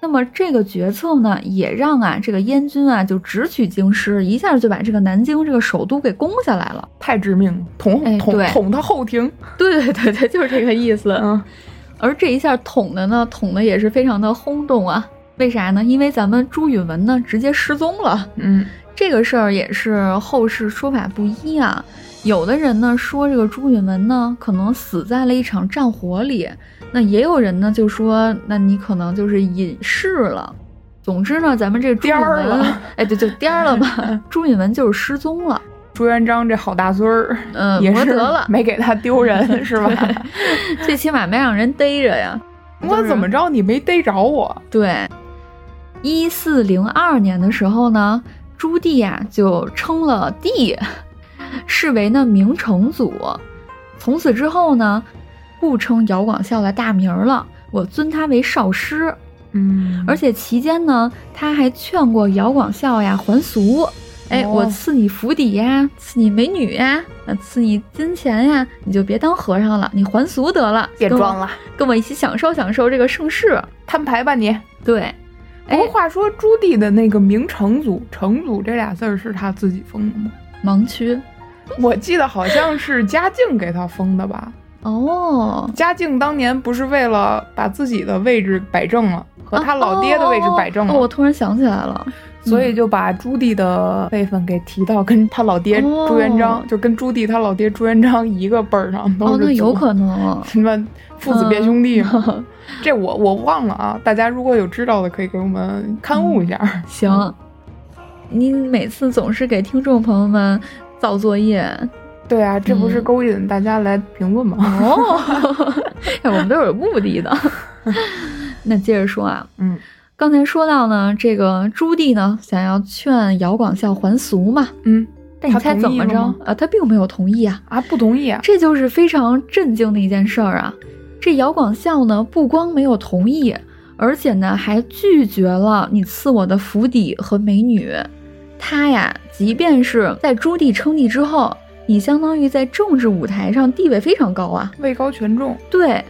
[SPEAKER 2] 那么这个决策呢，也让啊这个燕军啊就直取京师，一下就把这个南京这个首都给攻下来了。
[SPEAKER 1] 太致命了，捅
[SPEAKER 2] 哎
[SPEAKER 1] 捅
[SPEAKER 2] 对
[SPEAKER 1] 捅他后庭，
[SPEAKER 2] 对对对对，就是这个意思。
[SPEAKER 1] 嗯
[SPEAKER 2] 而这一下捅的呢，捅的也是非常的轰动啊。为啥呢？因为咱们朱允炆呢直接失踪了。
[SPEAKER 1] 嗯
[SPEAKER 2] 这个事儿也是后世说法不一啊。有的人呢说这个朱允炆呢可能死在了一场战火里，那也有人呢就说，那你可能就是隐世了。总之呢，咱们这朱允
[SPEAKER 1] 颠儿
[SPEAKER 2] 炆
[SPEAKER 1] 了，
[SPEAKER 2] 哎，对，就颠儿 了吧。朱允炆就是失踪了，
[SPEAKER 1] 朱元璋这好大孙儿，
[SPEAKER 2] 嗯、
[SPEAKER 1] 也
[SPEAKER 2] 没
[SPEAKER 1] 是
[SPEAKER 2] 得了，
[SPEAKER 1] 没给他丢 人是吧？
[SPEAKER 2] 最起码没让人逮着呀。
[SPEAKER 1] 我怎么着你没逮着我？
[SPEAKER 2] 对，一四零二年的时候呢，朱棣呀就称了帝，视为呢明成祖。从此之后呢，不称姚广孝的大名儿了，我尊他为少师。
[SPEAKER 1] 嗯
[SPEAKER 2] 而且期间呢，他还劝过姚广孝呀还俗。哎，
[SPEAKER 1] 哦
[SPEAKER 2] 我赐你府邸呀，赐你美女呀，呃赐你金钱呀，你就别当和尚了，你还俗得了，
[SPEAKER 1] 别
[SPEAKER 2] 跟我
[SPEAKER 1] 装了，
[SPEAKER 2] 跟我一起享受享受这个盛世。
[SPEAKER 1] 摊牌吧你。
[SPEAKER 2] 对，
[SPEAKER 1] 不
[SPEAKER 2] 哎
[SPEAKER 1] 过话说，朱棣的那个明成祖“成祖”这俩字儿是他自己封的吗？
[SPEAKER 2] 盲区。
[SPEAKER 1] 我记得好像是嘉靖给他封的吧？
[SPEAKER 2] 哦，
[SPEAKER 1] 嘉靖当年不是为了把自己的位置摆正了，和他老爹的位置摆正了，
[SPEAKER 2] 啊哦哦哦我突然想起来了，
[SPEAKER 1] 所
[SPEAKER 2] 嗯
[SPEAKER 1] 以就把朱棣的辈分给提到跟他老爹
[SPEAKER 2] 哦
[SPEAKER 1] 朱元璋，就跟朱棣他老爹朱元璋一个辈儿上，都
[SPEAKER 2] 哦，
[SPEAKER 1] 是
[SPEAKER 2] 那有
[SPEAKER 1] 祖。
[SPEAKER 2] 可能 哦嗯
[SPEAKER 1] 什么父子变兄弟嘛。 这我我忘了啊，大家如果有知道的，可以给我们刊物一下。
[SPEAKER 2] 嗯行，你每次总是给听众朋友们造作业
[SPEAKER 1] 对啊，这不是
[SPEAKER 2] 嗯
[SPEAKER 1] 勾引大家来评论吗？
[SPEAKER 2] 哦， 哎，我们都有目的 的。那接着说啊，
[SPEAKER 1] 嗯
[SPEAKER 2] 刚才说到呢，这个朱棣呢想要劝姚广孝还俗嘛，
[SPEAKER 1] 嗯
[SPEAKER 2] 但你
[SPEAKER 1] 他
[SPEAKER 2] 猜
[SPEAKER 1] 同
[SPEAKER 2] 怎
[SPEAKER 1] 意
[SPEAKER 2] 么
[SPEAKER 1] 了
[SPEAKER 2] 着
[SPEAKER 1] 吗？
[SPEAKER 2] 呃，他并没有同意啊。
[SPEAKER 1] 啊，不同意啊。
[SPEAKER 2] 这就是非常震惊的一件事儿啊！这姚广孝呢，不光没有同意，而且呢还拒绝了你赐我的府邸和美女。他呀，即便是在朱棣称帝之后，你相当于在政治舞台上地位非常高啊。
[SPEAKER 1] 位高权重，
[SPEAKER 2] 对，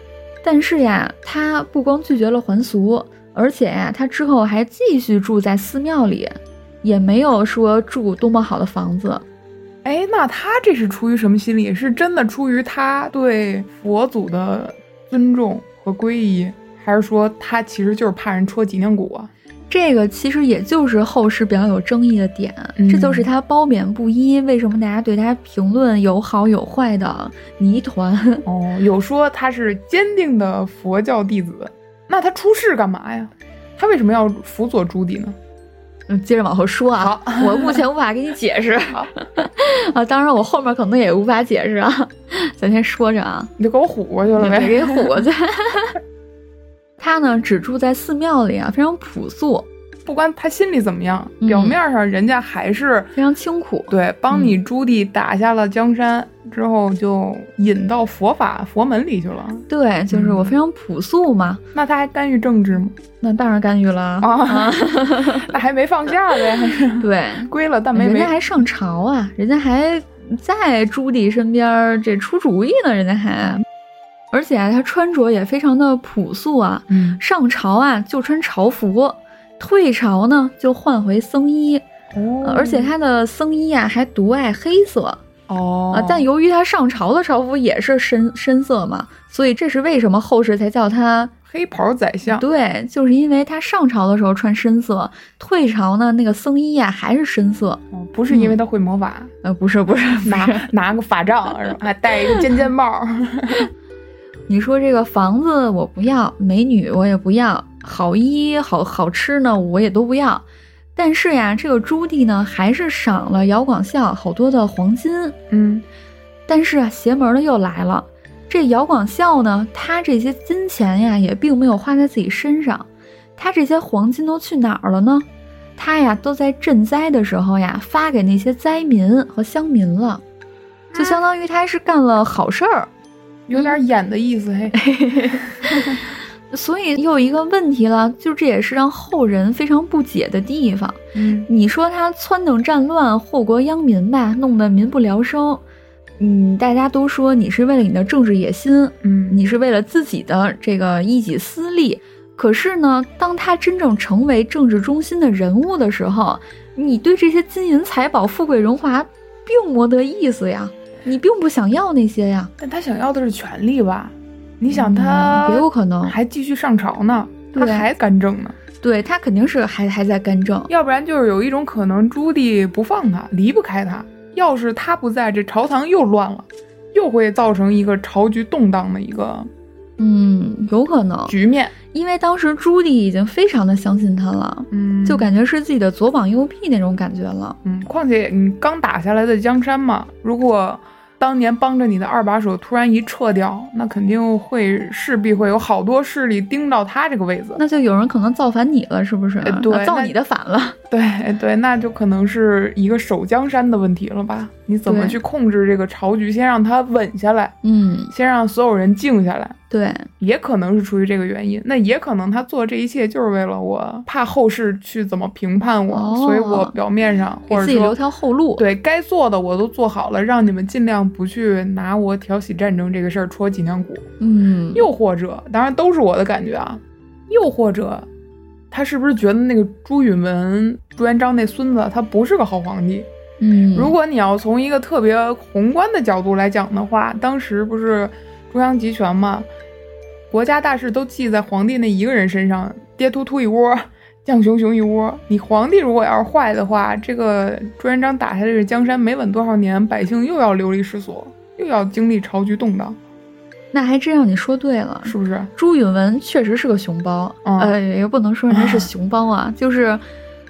[SPEAKER 2] 但是呀，他不光拒绝了还俗，而且呀，他之后还继续住在寺庙里，也没有说住多么好的房子。
[SPEAKER 1] 哎，那他这是出于什么心理？是真的出于他对佛祖的尊重和皈依，还是说他其实就是怕人戳脊梁骨啊？
[SPEAKER 2] 这个其实也就是后世比较有争议的点，
[SPEAKER 1] 嗯
[SPEAKER 2] 这就是他褒贬不一，为什么大家对他评论有好有坏的谜团？
[SPEAKER 1] 哦，有说他是坚定的佛教弟子，那他出世干嘛呀？他为什么要辅佐朱棣 呢？
[SPEAKER 2] 嗯接着往后说啊， 我目前无法给你 解释
[SPEAKER 1] 好
[SPEAKER 2] 啊，当然我后面可能也无法解释啊， 咱先说着啊，
[SPEAKER 1] 你就给我唬过去了
[SPEAKER 2] 别
[SPEAKER 1] 呗。
[SPEAKER 2] 给唬过去。 他呢，只住在寺庙里啊，非常朴素，
[SPEAKER 1] 不管他心里怎么样，
[SPEAKER 2] 嗯
[SPEAKER 1] 表面上人家还是
[SPEAKER 2] 非常清苦。
[SPEAKER 1] 对帮你朱棣打下了江山之后，就引到佛法佛门里去了。
[SPEAKER 2] 对，就是我非常朴素嘛，
[SPEAKER 1] 那他还干预政治吗？
[SPEAKER 2] 那当然干预了。
[SPEAKER 1] 啊，那还没放下呗， 还是
[SPEAKER 2] 对，
[SPEAKER 1] 归了啊但没
[SPEAKER 2] 人
[SPEAKER 1] 没
[SPEAKER 2] 家还上朝啊，人家还在朱棣身边儿这出主意呢，人家还，而且啊，他穿着也非常的朴素啊，
[SPEAKER 1] 嗯
[SPEAKER 2] 上朝啊就穿朝服，退朝呢就换回僧衣，呃
[SPEAKER 1] 哦
[SPEAKER 2] 呃而且他的僧衣啊还独爱黑色，
[SPEAKER 1] 哦
[SPEAKER 2] 啊，但由于他上朝的朝服也是深深色嘛，所以这是为什么后世才叫他
[SPEAKER 1] 黑袍宰相，
[SPEAKER 2] 对，就是因为他上朝的时候穿深色，退朝呢那个僧衣啊还是深色。
[SPEAKER 1] 哦不是因为他会魔法，
[SPEAKER 2] 呃，不是 不是不
[SPEAKER 1] 拿
[SPEAKER 2] 是，
[SPEAKER 1] 拿个法杖，然后还戴一个尖尖帽，
[SPEAKER 2] 你说这个房子我不要，美女我也不要，好衣好好吃呢我也都不要。但是呀，这个朱棣呢还是赏了姚广孝好多的黄金，
[SPEAKER 1] 嗯，
[SPEAKER 2] 但是啊，邪门儿的又来了。这姚广孝呢，他这些金钱呀，也并没有花在自己身上，他这些黄金都去哪儿了呢？他呀，都在赈灾的时候呀，发给那些灾民和乡民了，就相当于他是干了好事儿。
[SPEAKER 1] 有点演的意 思，嘿，
[SPEAKER 2] 所以又有一个问题了，就这也是让后人非常不解的地方。
[SPEAKER 1] 嗯，
[SPEAKER 2] 你说他撺掇战乱、祸国殃民吧，弄得民不聊生。嗯，大家都说你是为了你的政治野心，
[SPEAKER 1] 嗯
[SPEAKER 2] 你是为了自己的这个一己私利。可是呢，当他真正成为政治中心的人物的时候，你对这些金银财宝、富贵荣华并没得意思呀，你并不想要那些呀。
[SPEAKER 1] 但他想要的是权力吧？你想他
[SPEAKER 2] 嗯也有可能
[SPEAKER 1] 还继续上朝呢，他
[SPEAKER 2] 对
[SPEAKER 1] 还干政呢，
[SPEAKER 2] 对他肯定是还还在干政，
[SPEAKER 1] 要不然就是有一种可能，朱棣不放他，离不开他。要是他不在，这朝堂又乱了，又会造成一个朝局动荡的一个
[SPEAKER 2] 嗯，有可能，
[SPEAKER 1] 局面。
[SPEAKER 2] 因为当时朱棣已经非常的相信他了，
[SPEAKER 1] 嗯
[SPEAKER 2] 就感觉是自己的左膀右臂那种感觉了。
[SPEAKER 1] 嗯，况且你刚打下来的江山嘛，如果当年帮着你的二把手突然一撤掉，那肯定会势必会有好多势力盯到他这个位 子。
[SPEAKER 2] 那就有人可能造反你了，是不是？
[SPEAKER 1] 哎对
[SPEAKER 2] 啊造
[SPEAKER 1] 那
[SPEAKER 2] 你的反了。
[SPEAKER 1] 对对，那就可能是一个守江山的问题了吧？你怎么
[SPEAKER 2] 对
[SPEAKER 1] 去控制这个朝局，先让它稳下来，
[SPEAKER 2] 嗯，
[SPEAKER 1] 先让所有人静下来，
[SPEAKER 2] 对，
[SPEAKER 1] 也可能是出于这个原因。那也可能他做这一切就是为了我怕后世去怎么评判我，
[SPEAKER 2] 哦
[SPEAKER 1] 所以我表面上
[SPEAKER 2] 给
[SPEAKER 1] 或者
[SPEAKER 2] 自己留
[SPEAKER 1] 说
[SPEAKER 2] 条后路。
[SPEAKER 1] 对该做的我都做好了，让你们尽量不去拿我挑起战争这个事儿戳脊梁骨。
[SPEAKER 2] 嗯，
[SPEAKER 1] 又或者，当然都是我的感觉啊，又或者，他是不是觉得那个朱允文、朱元璋那孙子他不是个好皇帝？
[SPEAKER 2] 嗯，
[SPEAKER 1] 如果你要从一个特别宏观的角度来讲的话，当时不是中央集权嘛，国家大事都记在皇帝那一个人身上，爹突突一窝， 将熊熊一窝。你皇帝如果要是坏的话，这个朱元璋打下这个江山没稳多少年，百姓又要流离失所，又要经历朝局动荡，
[SPEAKER 2] 那还真让你说对了。
[SPEAKER 1] 是不是？
[SPEAKER 2] 朱允文确实是个熊包，
[SPEAKER 1] 嗯
[SPEAKER 2] 呃，也不能说人家是熊包 啊，就是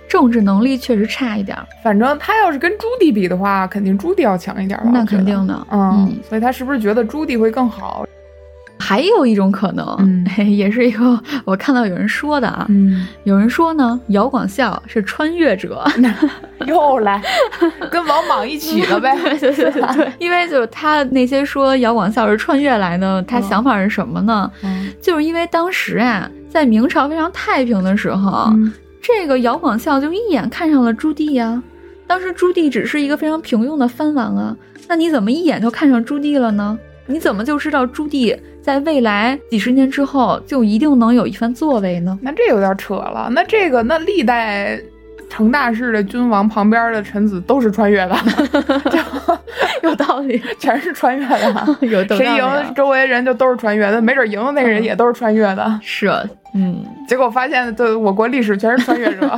[SPEAKER 2] 政治能力确实差一点儿，
[SPEAKER 1] 反正他要是跟朱棣比的话，肯定朱棣要强一点吧？
[SPEAKER 2] 那
[SPEAKER 1] 我觉
[SPEAKER 2] 肯
[SPEAKER 1] 得。
[SPEAKER 2] 定的。
[SPEAKER 1] 嗯，所以他是不是觉得朱棣会更好？
[SPEAKER 2] 还有一种可能，
[SPEAKER 1] 嗯
[SPEAKER 2] 也是一个我看到有人说的啊，
[SPEAKER 1] 嗯，
[SPEAKER 2] 有人说呢，姚广孝是穿 越者，
[SPEAKER 1] 又来跟王莽一起了 呗？
[SPEAKER 2] 对 对对对，因为就是他那些说姚广孝是穿越来的，他
[SPEAKER 1] 嗯
[SPEAKER 2] 想法是什么呢？
[SPEAKER 1] 嗯
[SPEAKER 2] 就是因为当时啊，在明朝非常太平的时
[SPEAKER 1] 啊
[SPEAKER 2] 候，
[SPEAKER 1] 嗯
[SPEAKER 2] 这个姚广孝就一眼看上了朱棣呀、当时朱棣只是一个非常平庸的藩王啊，那你怎么一眼就看上朱棣了呢？你怎么就知道朱棣在未来几十年之后就一定能有一番作为呢？
[SPEAKER 1] 那这有点扯了。那这个，那历代成大事的君王旁边的臣子都是穿越的，
[SPEAKER 2] 有道理，
[SPEAKER 1] 全是穿越 的。
[SPEAKER 2] 有道理
[SPEAKER 1] 谁
[SPEAKER 2] 啊
[SPEAKER 1] 赢，周围人就都是穿越的，没准赢的那个人也都是穿越的。
[SPEAKER 2] 是，嗯，
[SPEAKER 1] 结果发现，对我国历史全是穿越 者。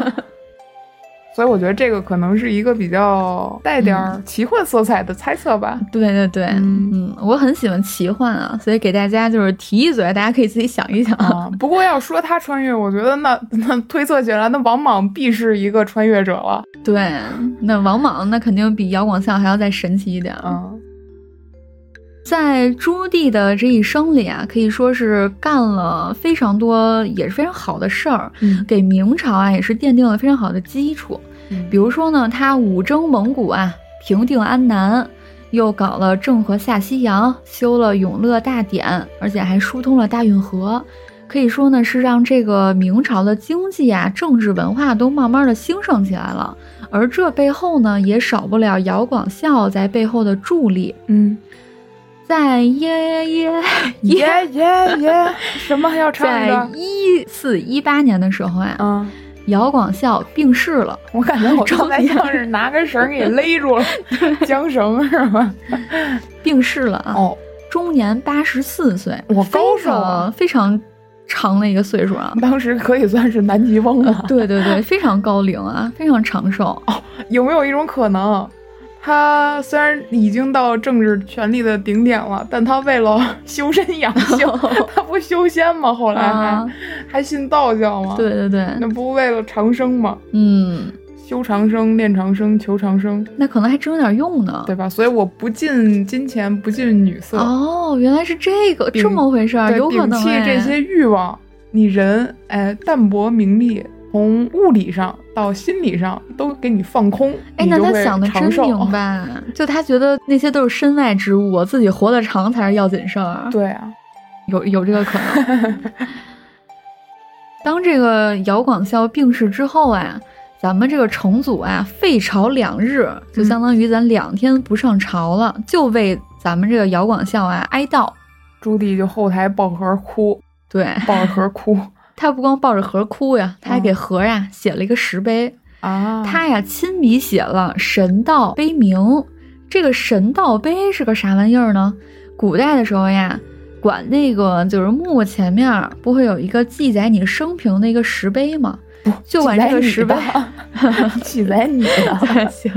[SPEAKER 1] 所以我觉得这个可能是一个比较带点儿奇幻色彩的猜测吧。
[SPEAKER 2] 对对对，
[SPEAKER 1] 嗯
[SPEAKER 2] 嗯，我很喜欢奇幻啊，所以给大家就是提一嘴，大家可以自己想一想。
[SPEAKER 1] 啊，不过要说他穿越，我觉得那 那推测起来，那王莽必是一个穿越者了。
[SPEAKER 2] 对，那王莽那肯定比姚广孝还要再神奇一点。啊。
[SPEAKER 1] 嗯
[SPEAKER 2] 在朱棣的这一生里啊，可以说是干了非常多也是非常好的事儿，
[SPEAKER 1] 嗯，
[SPEAKER 2] 给明朝啊也是奠定了非常好的基础。比如说呢，他五征蒙古啊，平定安南，又搞了郑和下西洋，修了永乐大典，而且还疏通了大运河。可以说呢，是让这个明朝的经济啊、政治文化都慢慢的兴盛起来了。而这背后呢，也少不了姚广孝在背后的助力。
[SPEAKER 1] 嗯，
[SPEAKER 2] 在耶耶 耶，
[SPEAKER 1] 耶耶耶，什么还要唱一
[SPEAKER 2] 在
[SPEAKER 1] 个？
[SPEAKER 2] 一四一八年的时候啊，
[SPEAKER 1] 嗯
[SPEAKER 2] 姚广孝病逝了。
[SPEAKER 1] 我感觉我刚才
[SPEAKER 2] 着急
[SPEAKER 1] 像是拿根绳儿给勒 住了，缰绳是吧？
[SPEAKER 2] 病逝了啊，
[SPEAKER 1] 哦，
[SPEAKER 2] 终年八十四岁，
[SPEAKER 1] 我
[SPEAKER 2] 非
[SPEAKER 1] 高寿啊
[SPEAKER 2] 常非常长的一个岁数啊。
[SPEAKER 1] 当时可以算是南极翁
[SPEAKER 2] 呃
[SPEAKER 1] 了。
[SPEAKER 2] 对对 对，非常高龄啊，非常长寿。
[SPEAKER 1] 嗯有没有一种可能，他虽然已经到政治权力的顶点了，但他为了修身养 性，他不修仙吗？后来还、
[SPEAKER 2] 啊
[SPEAKER 1] 还信道教吗？，
[SPEAKER 2] 对对对，
[SPEAKER 1] 那不为了长生吗？
[SPEAKER 2] 嗯，
[SPEAKER 1] 修长生、练长生、求长生，
[SPEAKER 2] 那可能还真有点用呢。
[SPEAKER 1] 对吧？所以我不近金钱，不近女色，
[SPEAKER 2] 哦，原来是这个
[SPEAKER 1] 摒
[SPEAKER 2] 这么回事儿，
[SPEAKER 1] 对，
[SPEAKER 2] 有可
[SPEAKER 1] 摒
[SPEAKER 2] 能
[SPEAKER 1] 弃
[SPEAKER 2] 哎
[SPEAKER 1] 这些欲望，你人哎淡泊名利，从物理上到心理上都给你放空，
[SPEAKER 2] 哎，
[SPEAKER 1] 你
[SPEAKER 2] 那
[SPEAKER 1] 就
[SPEAKER 2] 他
[SPEAKER 1] 会
[SPEAKER 2] 想的真
[SPEAKER 1] 长寿
[SPEAKER 2] 明白，就他觉得那些都是身外之物，自己活得长才是要紧事儿。
[SPEAKER 1] 对啊，
[SPEAKER 2] 有有这个可能。当这个姚广孝病逝之后啊，咱们这个成祖啊废朝两日，就相当于咱两天不上朝了，就为咱们这个姚广孝啊哀悼。
[SPEAKER 1] 朱棣就后台抱盒哭，
[SPEAKER 2] 对
[SPEAKER 1] 抱着 盒哭
[SPEAKER 2] 他不光抱着盒哭呀，他还给盒啊写了一个石碑，
[SPEAKER 1] 啊
[SPEAKER 2] 他呀亲笔写了“神道碑铭”。这个“神道碑”是个啥玩意儿呢？古代的时候呀，管那个就是墓前面儿不会有一个记载你生平的一个石碑吗？就管这个石碑，
[SPEAKER 1] 记载你 的，
[SPEAKER 2] 行，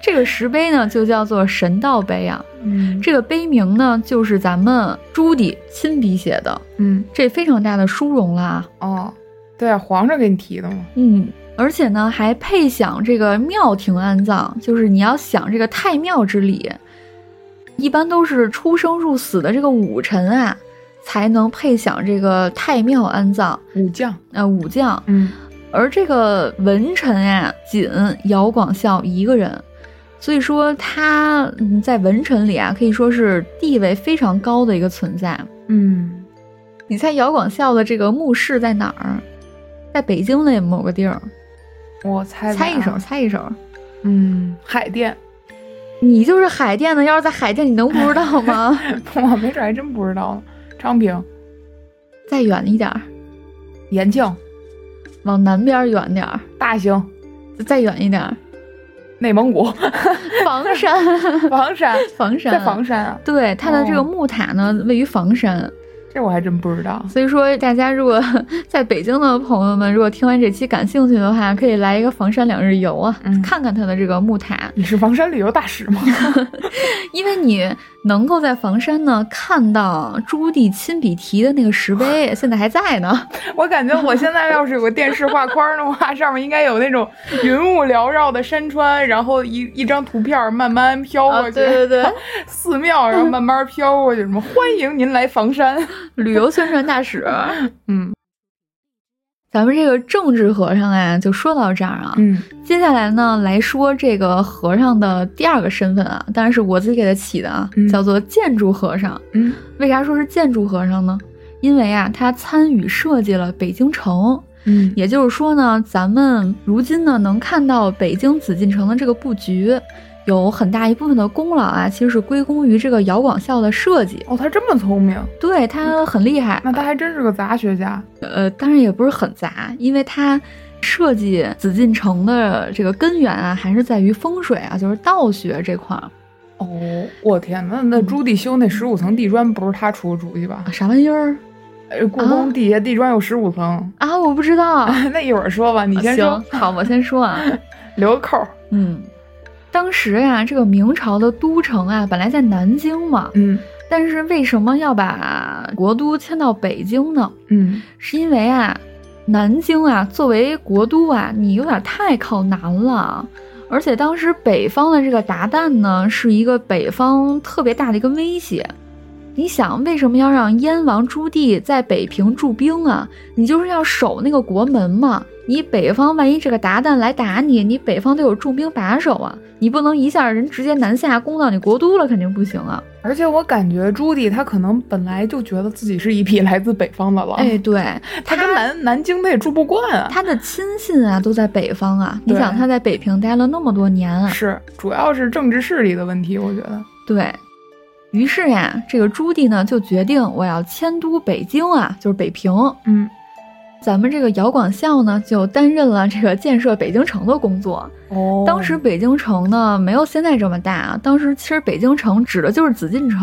[SPEAKER 2] 这个石碑呢就叫做神道碑啊。
[SPEAKER 1] 嗯
[SPEAKER 2] 这个碑铭呢就是咱们朱棣亲笔写的，
[SPEAKER 1] 嗯
[SPEAKER 2] 这非常大的殊荣了啊。
[SPEAKER 1] 哦，对啊，皇上给你提的嘛，
[SPEAKER 2] 嗯，而且呢，还配享这个庙庭安葬，就是你要享这个太庙之礼，一般都是出生入死的这个武臣啊，才能配享这个太庙安葬。
[SPEAKER 1] 武将，
[SPEAKER 2] 呃，武将，
[SPEAKER 1] 嗯，
[SPEAKER 2] 而这个文臣啊，仅姚广孝一个人，所以说他嗯在文臣里啊，可以说是地位非常高的一个存在。
[SPEAKER 1] 嗯，
[SPEAKER 2] 你猜姚广孝的这个墓室在哪儿？在北京的某个地儿，
[SPEAKER 1] 我猜
[SPEAKER 2] 猜一
[SPEAKER 1] 吧
[SPEAKER 2] 手，
[SPEAKER 1] 啊，
[SPEAKER 2] 猜一手。
[SPEAKER 1] 嗯，海淀，
[SPEAKER 2] 你就是海淀的，要是在海淀，你能不知道 吗？
[SPEAKER 1] 我没准还真不知道呢，昌平、
[SPEAKER 2] 再远一点儿，
[SPEAKER 1] 延庆、
[SPEAKER 2] 往南边儿远点儿，
[SPEAKER 1] 大兴、
[SPEAKER 2] 再远一点儿，
[SPEAKER 1] 内蒙 古、
[SPEAKER 2] 房山，
[SPEAKER 1] 房山，
[SPEAKER 2] 房山，
[SPEAKER 1] 在房。山啊，
[SPEAKER 2] 对，它的这个
[SPEAKER 1] 哦
[SPEAKER 2] 木塔呢，位于房山。
[SPEAKER 1] 这我还真不知道。
[SPEAKER 2] 所以说，大家如果在北京的朋友们，如果听完这期感兴趣的话，可以来一个房山两日游啊，
[SPEAKER 1] 嗯
[SPEAKER 2] 看看它的这个木塔，
[SPEAKER 1] 你是房山旅游大使吗？
[SPEAKER 2] 因为你能够在房山呢看到朱棣亲笔题的那个石碑，现在还在呢。
[SPEAKER 1] 我感觉我现在要是有个电视画框的话，上面应该有那种云雾缭绕的山川，然后一一张图片儿慢慢飘
[SPEAKER 2] 啊
[SPEAKER 1] 过去，
[SPEAKER 2] 对对对，
[SPEAKER 1] 寺庙然后慢慢飘过去，什么欢迎您来房 山，
[SPEAKER 2] 旅游宣传大使。
[SPEAKER 1] 嗯
[SPEAKER 2] 咱们这个政治和尚啊，就说到这儿啊。
[SPEAKER 1] 嗯
[SPEAKER 2] 接下来呢，来说这个和尚的第二个身份啊，当然是我自己给他起的啊，
[SPEAKER 1] 嗯
[SPEAKER 2] 叫做建筑和尚。
[SPEAKER 1] 嗯，
[SPEAKER 2] 为啥说是建筑和尚呢？因为啊，他参与设计了北京城，
[SPEAKER 1] 嗯
[SPEAKER 2] 也就是说呢，咱们如今呢能看到北京紫禁城的这个布局，有很大一部分的功劳啊，其实是归功于这个姚广孝的设计。
[SPEAKER 1] 哦，他这么聪明，
[SPEAKER 2] 对他很厉害，
[SPEAKER 1] 那他还真是个杂学家。
[SPEAKER 2] 呃，当然也不是很杂，因为它设计紫禁城的这个根源啊，还是在于风水啊，就是道学这块儿。
[SPEAKER 1] 哦，我天呐，
[SPEAKER 2] 嗯
[SPEAKER 1] 那朱棣修那十五层地砖不是他出的主意吧
[SPEAKER 2] 啊？啥玩意儿
[SPEAKER 1] 呃，故宫地下地砖有十五层，
[SPEAKER 2] 啊？我不知道。
[SPEAKER 1] 那一会儿说吧，你先说
[SPEAKER 2] 行，，好，我先说 啊。
[SPEAKER 1] 留个扣儿。
[SPEAKER 2] 嗯，当时呀、这个明朝的都城啊，本来在南京嘛，
[SPEAKER 1] 嗯
[SPEAKER 2] 但是为什么要把国都迁到北京呢？
[SPEAKER 1] 嗯，
[SPEAKER 2] 是因为啊，南京啊作为国都啊，你有点太靠南了。而且当时北方的这个鞑靼呢，是一个北方特别大的一个威胁。你想，为什么要让燕王朱棣在北平驻兵啊？你就是要守那个国门嘛。你北方万一这个鞑靼来打你，你北方得有重兵把守啊，你不能一下人直接南下攻到你国都了，肯定不行啊。
[SPEAKER 1] 而且我感觉朱棣他可能本来就觉得自己是一匹 来自北方的狼，
[SPEAKER 2] 哎，对，
[SPEAKER 1] 他跟南南京他也住不惯啊。
[SPEAKER 2] 他的亲信啊都在北方啊，你
[SPEAKER 1] 对
[SPEAKER 2] 想他在北平待了那么多年啊，
[SPEAKER 1] 是，主要是政治势力的问题，我觉得。
[SPEAKER 2] 对于是呀，这个朱棣呢就决定我要迁都北京啊，就是北平。
[SPEAKER 1] 嗯
[SPEAKER 2] 咱们这个姚广孝呢，就担任了这个建设北京城的工作。
[SPEAKER 1] 哦
[SPEAKER 2] 当时北京城呢，没有现在这么大啊，当时其实北京城指的就是紫禁城。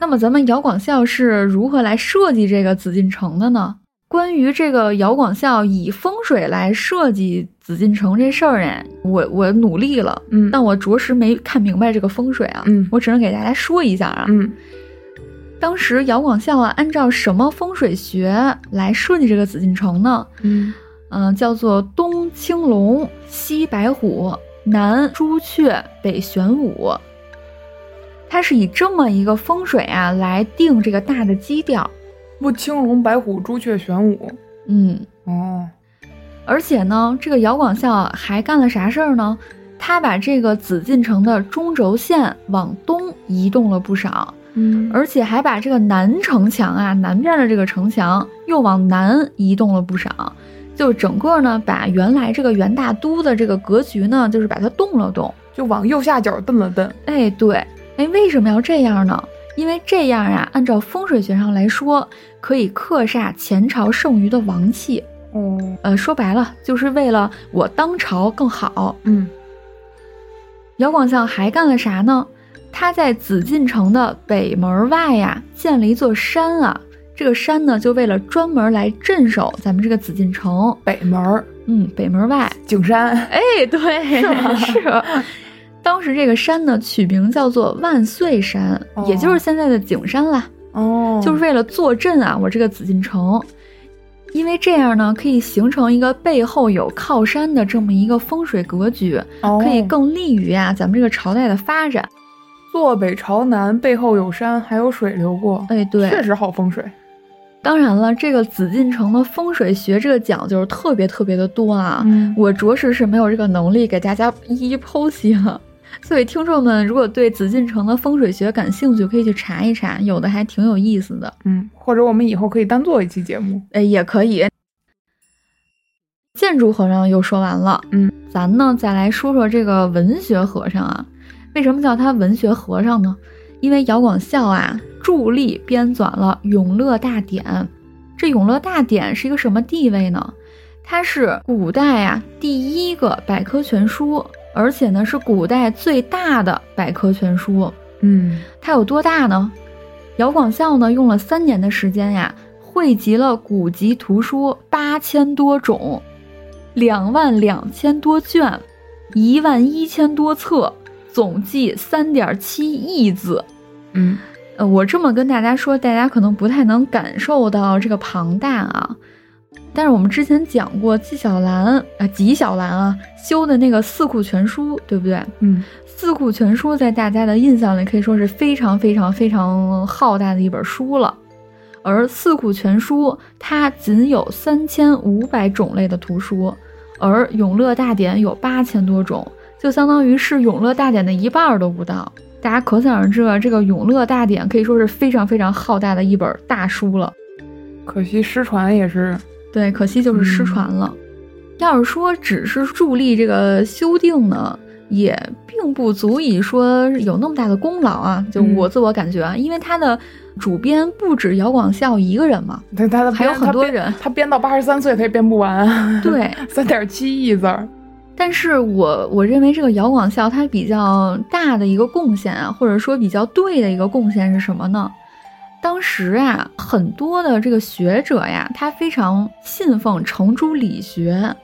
[SPEAKER 2] 那么咱们姚广孝是如何来设计这个紫禁城的呢？关于这个姚广孝以风水来设计紫禁城这事儿呢，我我努力了，
[SPEAKER 1] 嗯，
[SPEAKER 2] 但我着实没看明白这个风水啊，
[SPEAKER 1] 嗯
[SPEAKER 2] 我只能给大家说一下啊。
[SPEAKER 1] 嗯
[SPEAKER 2] 当时姚广孝啊，按照什么风水学来设计这个紫禁城呢？
[SPEAKER 1] 嗯
[SPEAKER 2] 嗯、叫做东青龙，西白虎，南朱雀，北玄武。它是以这么一个风水啊来定这个大的基调，
[SPEAKER 1] 不青龙白虎朱雀玄武
[SPEAKER 2] 嗯，
[SPEAKER 1] 哦，
[SPEAKER 2] 而且呢，这个姚广孝啊还干了啥事儿呢？他把这个紫禁城的中轴线往东移动了不少，
[SPEAKER 1] 嗯而
[SPEAKER 2] 而且还把这个南城墙啊，南边的这个城墙又往南移动了不少，就整个呢把原来这个元大都的这个格局呢，就是把它动了动。
[SPEAKER 1] 就往右下角蹬了蹬，
[SPEAKER 2] 哎，对，哎，为什么要这样呢？因为这样啊，按照风水学上来说，可以克煞前朝剩余的王气。
[SPEAKER 1] 哦，
[SPEAKER 2] 呃，说白了，就是为了我当朝更好，
[SPEAKER 1] 嗯
[SPEAKER 2] 姚广孝还干了啥呢？他在紫禁城的北门外呀、建了一座山啊，这个山呢就为了专门来镇守咱们这个紫禁城。
[SPEAKER 1] 北门儿
[SPEAKER 2] 嗯，北门外，
[SPEAKER 1] 景山，
[SPEAKER 2] 哎，对，
[SPEAKER 1] 是吗
[SPEAKER 2] 是。当时这个山呢取名叫做万岁山，
[SPEAKER 1] 哦
[SPEAKER 2] 也就是现在的景山啦，
[SPEAKER 1] 哦
[SPEAKER 2] 就是为了坐镇啊我这个紫禁城。因为这样呢，可以形成一个背后有靠山的这么一个风水格局，可以
[SPEAKER 1] 哦
[SPEAKER 2] 更利于啊咱们这个朝代的发展。
[SPEAKER 1] 坐北朝南，背后有山，还有水流过，
[SPEAKER 2] 哎，对，
[SPEAKER 1] 确实好风水。
[SPEAKER 2] 当然了，这个紫禁城的风水学这个讲究特别特别的多啊，
[SPEAKER 1] 嗯
[SPEAKER 2] 我着实是没有这个能力给大家一一剖析了。所以听众们如果对紫禁城的风水学感兴趣，可以去查一查，有的还挺有意思的。
[SPEAKER 1] 嗯，或者我们以后可以单做一期节目。
[SPEAKER 2] 哎，也可以。建筑和尚又说完了，
[SPEAKER 1] 嗯，
[SPEAKER 2] 咱呢再来说说这个文学和尚啊，为什么叫他文学和尚呢？因为姚广孝啊助力编纂了《永乐大典》，这《永乐大典》是一个什么地位呢？它是古代啊第一个百科全书，而且呢是古代最大的百科全书。
[SPEAKER 1] 嗯，
[SPEAKER 2] 它有多大呢？姚广孝呢，用了三年的时间呀，汇集了古籍图书八千多种，两万两千多卷，一万一千多册，总计三点七亿字。
[SPEAKER 1] 嗯，
[SPEAKER 2] 呃，我这么跟大家说，大家可能不太能感受到这个庞大啊。但是我们之前讲过纪晓岚啊、纪晓岚啊修的那个《四库全书》，对不对？
[SPEAKER 1] 嗯，
[SPEAKER 2] 《四库全书》在大家的印象里可以说是非常非常非常浩大的一本书了。而《四库全书》它仅有三千五百种类的图书，而《永乐大典》有八千多种，就相当于是《永乐大典》的一半儿都不到。大家可想而知啊，这个《永乐大典》可以说是非常非常浩大的一本大书了。
[SPEAKER 1] 可惜失传也是，
[SPEAKER 2] 对，可惜就是失传了。要是说只是助力这个修订呢，也并不足以说有那么大的功劳啊。就
[SPEAKER 1] 嗯
[SPEAKER 2] 我自我感觉啊，因为它的主编不止姚广孝一个人嘛，
[SPEAKER 1] 他他的
[SPEAKER 2] 还有
[SPEAKER 1] 编
[SPEAKER 2] 很
[SPEAKER 1] 他
[SPEAKER 2] 多
[SPEAKER 1] 编
[SPEAKER 2] 人
[SPEAKER 1] 他编到八十三岁他也编不完，
[SPEAKER 2] 对。
[SPEAKER 1] 三点七亿字儿。
[SPEAKER 2] 但是我我认为这个姚广孝他比较大的一个贡献啊，或者说比较对的一个贡献是什么呢？当时啊，很多的这个学者呀，他非常信奉程朱理学。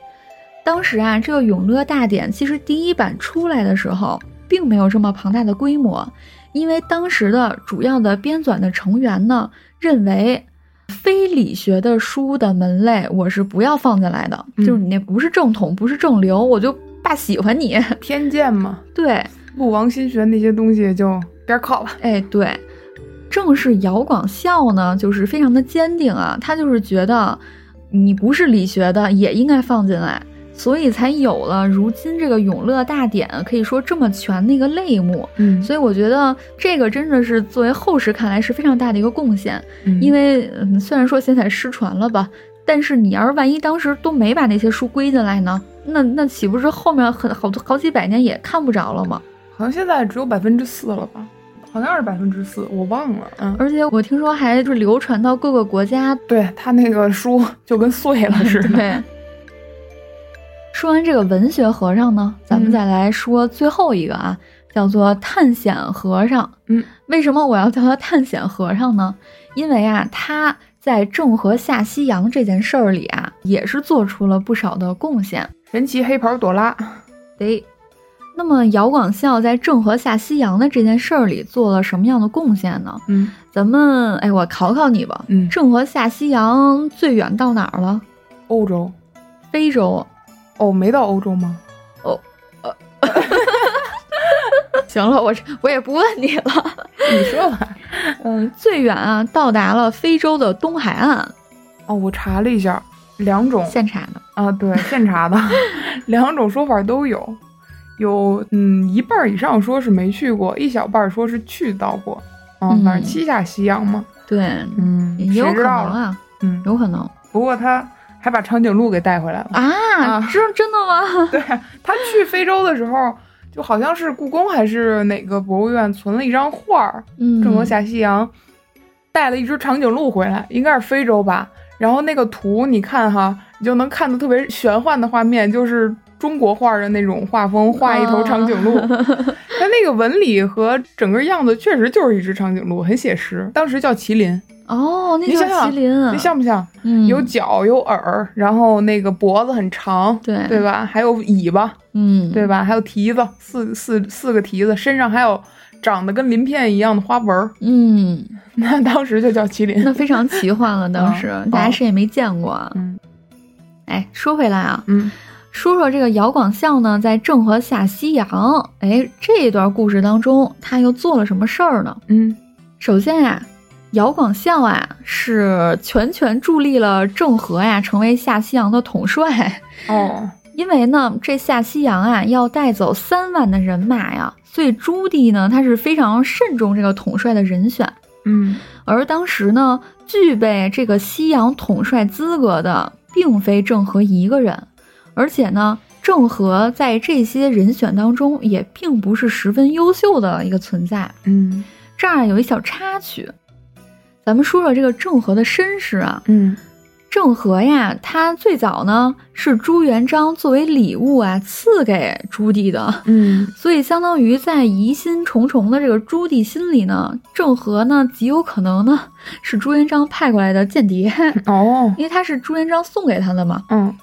[SPEAKER 2] 当时啊，这个《永乐大典》其实第一版出来的时候，并没有这么庞大的规模，因为当时的主要的编纂的成员呢，认为非理学的书的门类我是不要放进来的，
[SPEAKER 1] 嗯
[SPEAKER 2] 就是你那不是正统，不是正流，我就爸喜欢你。
[SPEAKER 1] 偏见嘛，
[SPEAKER 2] 对，
[SPEAKER 1] 陆王心学那些东西就边儿靠吧。
[SPEAKER 2] 哎，对，正是姚广孝呢，就是非常的坚定啊，他就是觉得你不是理学的也应该放进来，所以才有了如今这个《永乐大典》可以说这么全的一个类目。
[SPEAKER 1] 嗯
[SPEAKER 2] 所以我觉得这个真的是作为后世看来是非常大的一个贡献，
[SPEAKER 1] 嗯
[SPEAKER 2] 因为嗯，虽然说现在失传了吧，但是你要是万一当时都没把那些书归进来呢，那那岂不是后面很好多好几百年也看不着了吗？
[SPEAKER 1] 好像现在只有百分之四了吧？好像是百分之四，我忘了。嗯，
[SPEAKER 2] 而且我听说还是流传到各个国家。
[SPEAKER 1] 对他那个书就跟碎了似的。
[SPEAKER 2] 对。说完这个文学和尚呢，咱们
[SPEAKER 1] 嗯
[SPEAKER 2] 再来说最后一个啊，叫做探险和尚。
[SPEAKER 1] 嗯，
[SPEAKER 2] 为什么我要叫他探险和尚呢？因为啊，他在郑和下西洋这件事儿里啊，也是做出了不少的贡献。
[SPEAKER 1] 神奇黑袍朵拉，
[SPEAKER 2] 对，那么姚广孝在郑和下西洋的这件事儿里做了什么样的贡献呢？
[SPEAKER 1] 嗯，
[SPEAKER 2] 咱们哎，我考考你吧。
[SPEAKER 1] 嗯
[SPEAKER 2] 郑和下西洋最远到哪儿了？
[SPEAKER 1] 欧洲，
[SPEAKER 2] 非洲。啊
[SPEAKER 1] 哦，没到欧洲吗？
[SPEAKER 2] 行了，我这我也不问你了。
[SPEAKER 1] 你说吧。
[SPEAKER 2] 嗯，最远啊，到达了非洲的东海岸，
[SPEAKER 1] 哦，我查了一下，两种
[SPEAKER 2] 现查的。
[SPEAKER 1] 啊，对，现查 的，两种说法都有，有嗯一半儿以上说是没去过，一小半儿说是去到过，啊，
[SPEAKER 2] 嗯
[SPEAKER 1] 反正七下西洋嘛，
[SPEAKER 2] 对，
[SPEAKER 1] 嗯，
[SPEAKER 2] 也有
[SPEAKER 1] 谁
[SPEAKER 2] 可
[SPEAKER 1] 知
[SPEAKER 2] 能
[SPEAKER 1] 道了，
[SPEAKER 2] 啊，
[SPEAKER 1] 嗯，
[SPEAKER 2] 有可能
[SPEAKER 1] 不过他还把长颈鹿给带回来了，
[SPEAKER 2] 啊
[SPEAKER 1] 啊，
[SPEAKER 2] 真真的吗？
[SPEAKER 1] 对他去非洲的时候。就好像是故宫还是哪个博物院存了一张画儿，
[SPEAKER 2] 嗯，
[SPEAKER 1] 郑和下西洋，带了一只长颈鹿回来，应该是非洲吧。然后那个图你看哈，你就能看到特别玄幻的画面，就是中国画的那种画风，画一头长颈鹿。
[SPEAKER 2] 哦
[SPEAKER 1] 它那个纹理和整个样子确实就是一只长颈鹿，很写实。当时叫麒麟，
[SPEAKER 2] 哦，那
[SPEAKER 1] 你
[SPEAKER 2] 叫
[SPEAKER 1] 想想
[SPEAKER 2] 麒麟，
[SPEAKER 1] 你像不像？
[SPEAKER 2] 嗯
[SPEAKER 1] 有脚有耳，然后那个脖子很长，
[SPEAKER 2] 对
[SPEAKER 1] 对吧？还有尾巴，
[SPEAKER 2] 嗯
[SPEAKER 1] 对吧？还有蹄子，四四四个蹄子，身上还有长得跟鳞片一样的花纹儿。
[SPEAKER 2] 嗯，
[SPEAKER 1] 那当时就叫麒 麟。
[SPEAKER 2] 那非常奇幻了，当时
[SPEAKER 1] 嗯
[SPEAKER 2] 大家谁也没见过。啊
[SPEAKER 1] 嗯
[SPEAKER 2] 哎，说回来啊，
[SPEAKER 1] 嗯
[SPEAKER 2] 说说这个姚广孝呢，在郑和下西洋，哎，这段故事当中，他又做了什么事儿呢？
[SPEAKER 1] 嗯
[SPEAKER 2] 首先呀、姚广孝啊，是全权助力了郑和呀、成为下西洋的统帅。
[SPEAKER 1] 哦，
[SPEAKER 2] 因为呢，这下西洋啊要带走三万的人马呀，所以朱棣呢他是非常慎重这个统帅的人选。
[SPEAKER 1] 嗯
[SPEAKER 2] 而当时呢，具备这个西洋统帅资格的，并非郑和一个人，而且呢，郑和在这些人选当中也并不是十分优秀的一个存在。
[SPEAKER 1] 嗯
[SPEAKER 2] 这儿有一小插曲，咱们说说这个郑和的身世啊。
[SPEAKER 1] 嗯
[SPEAKER 2] 郑和呀，他最早呢是朱元璋作为礼物啊赐给朱棣的，
[SPEAKER 1] 嗯
[SPEAKER 2] 所以，相当于在疑心重重的这个朱棣心里呢，郑和呢极有可能呢是朱元璋派过来的间谍，
[SPEAKER 1] 哦，
[SPEAKER 2] 因为他是朱元璋送给他的嘛。
[SPEAKER 1] 嗯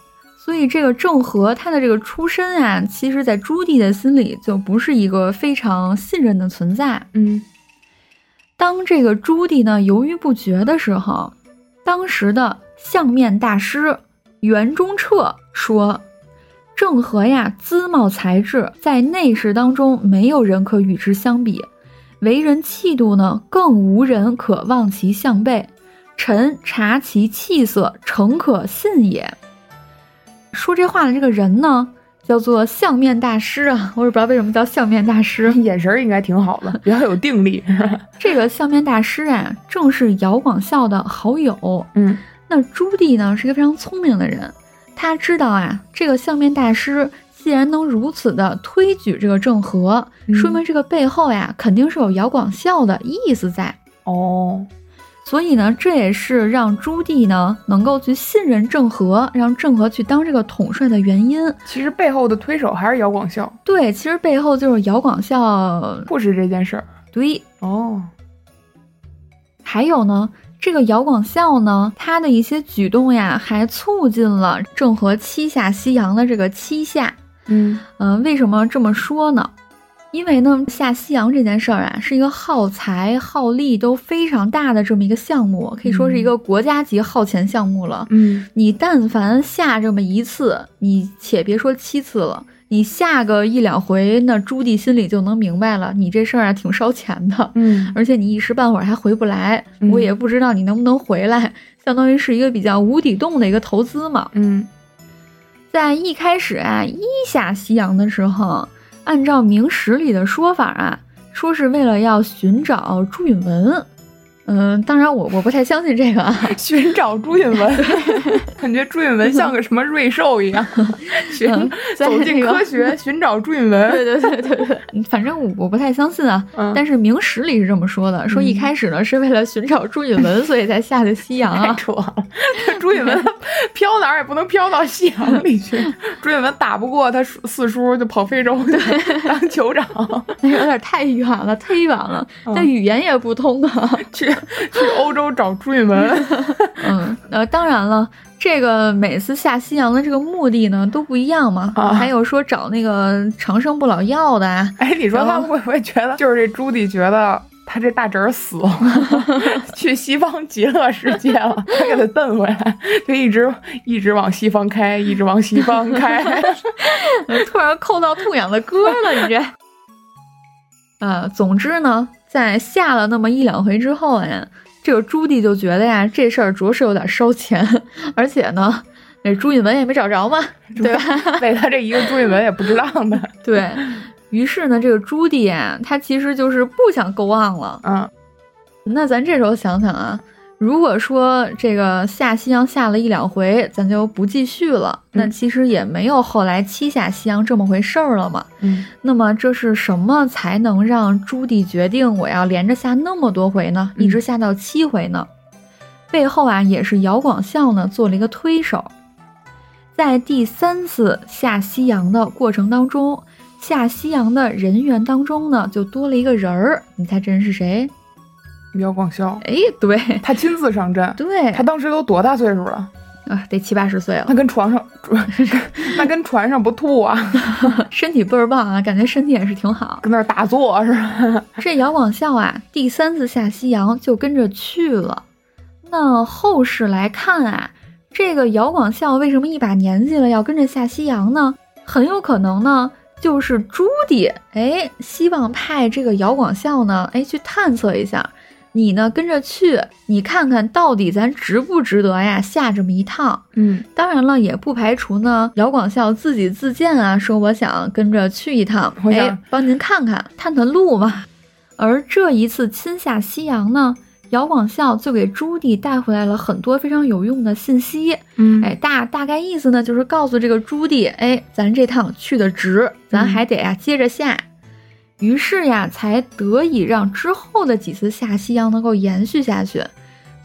[SPEAKER 2] 所以，这个郑和他的这个出身啊，其实在朱棣的心里就不是一个非常信任的存在。
[SPEAKER 1] 嗯
[SPEAKER 2] 当这个朱棣呢犹豫不决的时候，当时的相面大师袁中彻说：“郑和呀，姿貌才智在内侍当中没有人可与之相比，为人气度呢更无人可望其项背。臣察其气色，诚可信也。”说这话的这个人呢，叫做相面大师啊，我也不知道为什么叫相面大师。
[SPEAKER 1] 眼神儿应该挺好 的，比较有定力。
[SPEAKER 2] 这个相面大师啊，正是姚广孝的好友。
[SPEAKER 1] 嗯
[SPEAKER 2] 那朱棣呢，是一个非常聪明的人，他知道啊，这个相面大师既然能如此的推举这个郑和，
[SPEAKER 1] 嗯
[SPEAKER 2] 说明这个背后呀，肯定是有姚广孝的意思在。
[SPEAKER 1] 哦，
[SPEAKER 2] 所以呢，这也是让朱棣呢能够去信任郑和，让郑和去当这个统帅的原因。
[SPEAKER 1] 其实背后的推手还是姚广孝，
[SPEAKER 2] 对，其实背后就是姚广孝
[SPEAKER 1] 不止这件事儿。
[SPEAKER 2] 对
[SPEAKER 1] 哦，
[SPEAKER 2] 还有呢，这个姚广孝呢，他的一些举动呀，还促进了郑和七下西洋的这个七下。
[SPEAKER 1] 嗯
[SPEAKER 2] 嗯、为什么这么说呢？因为呢，下西洋这件事儿啊，是一个耗财耗力都非常大的这么一个项目，可以说是一个国家级耗钱项目了。
[SPEAKER 1] 嗯
[SPEAKER 2] 你但凡下这么一次，你且别说七次了，你下个一两回，那朱棣心里就能明白了，你这事儿啊挺烧钱的。
[SPEAKER 1] 嗯
[SPEAKER 2] 而且你一时半会儿还回不来，
[SPEAKER 1] 嗯
[SPEAKER 2] 我也不知道你能不能回来，相当于是一个比较无底洞的一个投资嘛。
[SPEAKER 1] 嗯
[SPEAKER 2] 在一开始啊，一下西洋的时候，按照明史里的说法啊，说是为了要寻找朱允文，嗯、嗯，当然我我不太相信这个啊，
[SPEAKER 1] 寻找朱允文， 感觉朱允文像个什么瑞兽 一样，寻
[SPEAKER 2] 嗯在
[SPEAKER 1] 走进
[SPEAKER 2] 那个
[SPEAKER 1] 科学，寻找朱允文。
[SPEAKER 2] 对对对对对，嗯反正我我不太相信啊。
[SPEAKER 1] 嗯
[SPEAKER 2] 但是明史里是这么说的，说一开始呢是为了寻找朱允文，所以才下的西洋
[SPEAKER 1] 太
[SPEAKER 2] 啊。
[SPEAKER 1] 扯了， 朱允文飘哪儿也不能飘到西洋里 去。朱允文打不过他叔四叔，就跑非洲去 当酋长，
[SPEAKER 2] 那有点太远了，忒远了，
[SPEAKER 1] 嗯
[SPEAKER 2] 那语言也不通 啊。
[SPEAKER 1] 去去欧洲找朱允文。
[SPEAKER 2] 嗯，呃，当然了，这个每次下西洋的这个目的呢都不一样嘛。
[SPEAKER 1] 啊
[SPEAKER 2] 还有说找那个长生不老药的啊，
[SPEAKER 1] 哎，你说
[SPEAKER 2] 然
[SPEAKER 1] 他
[SPEAKER 2] 后
[SPEAKER 1] 会不会觉得，就是这朱棣觉得他这大侄儿死了， 去西方极乐世界了，他给他蹬回来，就一直一直往西方开，一直往西方 开。
[SPEAKER 2] 突然扣到痛痒的歌了，你这。呃，总之呢，在下了那么一两回之后呀，这个朱棣就觉得呀，这事儿着实有点烧钱，而且呢，那朱允文也没找着嘛，对吧？
[SPEAKER 1] 为他这一个朱允文也不值当的，
[SPEAKER 2] 对于是呢，这个朱棣啊，他其实就是不想勾岸了。
[SPEAKER 1] 嗯
[SPEAKER 2] 那咱这时候想想啊，如果说这个下西洋下了一两回，咱就不继续了，那
[SPEAKER 1] 嗯
[SPEAKER 2] 其实也没有后来七下西洋这么回事儿了嘛。
[SPEAKER 1] 嗯
[SPEAKER 2] 那么这是什么才能让朱棣决定我要连着下那么多回呢？
[SPEAKER 1] 嗯
[SPEAKER 2] 一直下到七回呢？背后啊也是姚广孝呢做了一个推手，在第三次下西洋的过程当中，下西洋的人员当中呢就多了一个人儿，你猜这人是谁？
[SPEAKER 1] 姚广孝
[SPEAKER 2] 哎，对
[SPEAKER 1] 他亲自上阵，
[SPEAKER 2] 对，
[SPEAKER 1] 他当时都多大岁数了？
[SPEAKER 2] 啊得七八十岁了
[SPEAKER 1] 那，跟床上， 那跟船上不吐啊，
[SPEAKER 2] 身体倍儿棒啊，感觉身体也是挺好。
[SPEAKER 1] 跟那儿打坐是吧？
[SPEAKER 2] 这姚广孝啊，第三次下西洋就跟着去了。那后世来看啊，这个姚广孝为什么一把年纪了要跟着下西洋呢？很有可能呢，就是朱棣哎，希望派这个姚广孝呢，哎去探测一下，你呢跟着去，你看看到底咱值不值得呀下这么一趟。
[SPEAKER 1] 嗯
[SPEAKER 2] 当然了，也不排除呢，姚广孝自己自荐啊，说我想跟着去一趟，
[SPEAKER 1] 我想
[SPEAKER 2] 哎，帮您看看探探路嘛。而这一次亲下西洋呢，姚广孝就给朱棣带回来了很多非常有用的信息。
[SPEAKER 1] 嗯，
[SPEAKER 2] 哎，大大概意思呢，就是告诉这个朱棣，哎，咱这趟去的值，咱还得啊接着下。于是呀，才得以让之后的几次下西洋能够延续下去。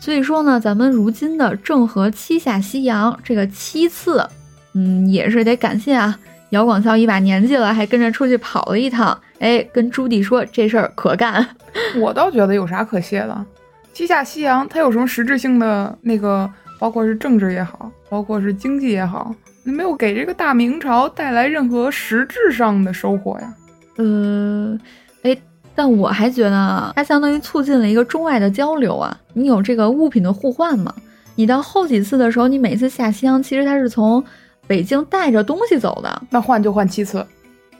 [SPEAKER 2] 所以说呢，咱们如今的郑和七下西洋这个七次，嗯，也是得感谢啊，姚广孝一把年纪了，还跟着出去跑了一趟，哎，跟朱棣说这事儿可干。
[SPEAKER 1] 我倒觉得有啥可谢的。七下西洋，它有什么实质性的那个，包括是政治也好，包括是经济也好，那没有给这个大明朝带来任何实质上的收获呀。
[SPEAKER 2] 呃，哎，但我还觉得啊，它相当于促进了一个中外的交流啊。你有这个物品的互换嘛？你到后几次的时候，你每次下西洋，其实它是从北京带着东西走 的，
[SPEAKER 1] 那换就换七次，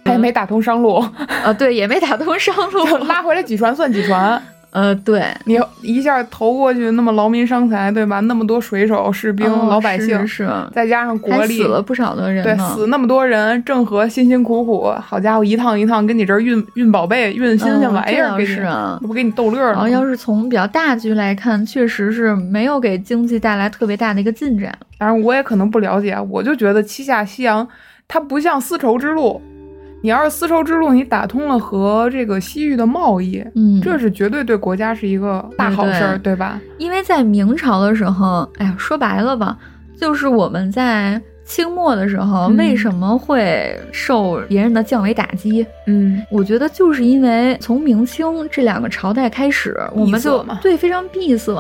[SPEAKER 1] 它也没
[SPEAKER 2] 嗯
[SPEAKER 1] 打通商路，
[SPEAKER 2] 呃，对，也没打通商路。
[SPEAKER 1] 就拉回来几船算几船。
[SPEAKER 2] 呃，对，
[SPEAKER 1] 你一下投过去，那么劳民伤财，对吧？那么多水手、士兵、
[SPEAKER 2] 哦
[SPEAKER 1] 老百姓，
[SPEAKER 2] 是是是
[SPEAKER 1] 再加上国
[SPEAKER 2] 还
[SPEAKER 1] 力
[SPEAKER 2] 死，了不少的
[SPEAKER 1] 对
[SPEAKER 2] 人，呢。
[SPEAKER 1] 死那么多人，郑和辛辛苦苦，好家伙，一趟一趟跟你这儿运运宝贝、运新鲜
[SPEAKER 2] 嗯
[SPEAKER 1] 玩意
[SPEAKER 2] 这
[SPEAKER 1] 儿，
[SPEAKER 2] 倒
[SPEAKER 1] 给你，
[SPEAKER 2] 是啊
[SPEAKER 1] 这不给你逗乐儿
[SPEAKER 2] 然
[SPEAKER 1] 呢
[SPEAKER 2] 后
[SPEAKER 1] 吗？
[SPEAKER 2] 要是从比较大局来看，确实是没有给经济带来特别大的一个进展。
[SPEAKER 1] 当然我也可能不了解，啊，我就觉得七下西洋它不像丝绸之路。你要是丝绸之路，你打通了和这个西域的贸易，
[SPEAKER 2] 嗯，
[SPEAKER 1] 这是绝对对国家是一个大好事儿，
[SPEAKER 2] 对
[SPEAKER 1] 对吧？
[SPEAKER 2] 因为在明朝的时候，哎呀，说白了吧，就是我们在清末的时候，
[SPEAKER 1] 嗯
[SPEAKER 2] 为什么会受别人的降维打击？
[SPEAKER 1] 嗯，
[SPEAKER 2] 我觉得就是因为从明清这两个朝代开始，我们
[SPEAKER 1] 闭塞
[SPEAKER 2] 就
[SPEAKER 1] 嘛
[SPEAKER 2] 对非常闭塞。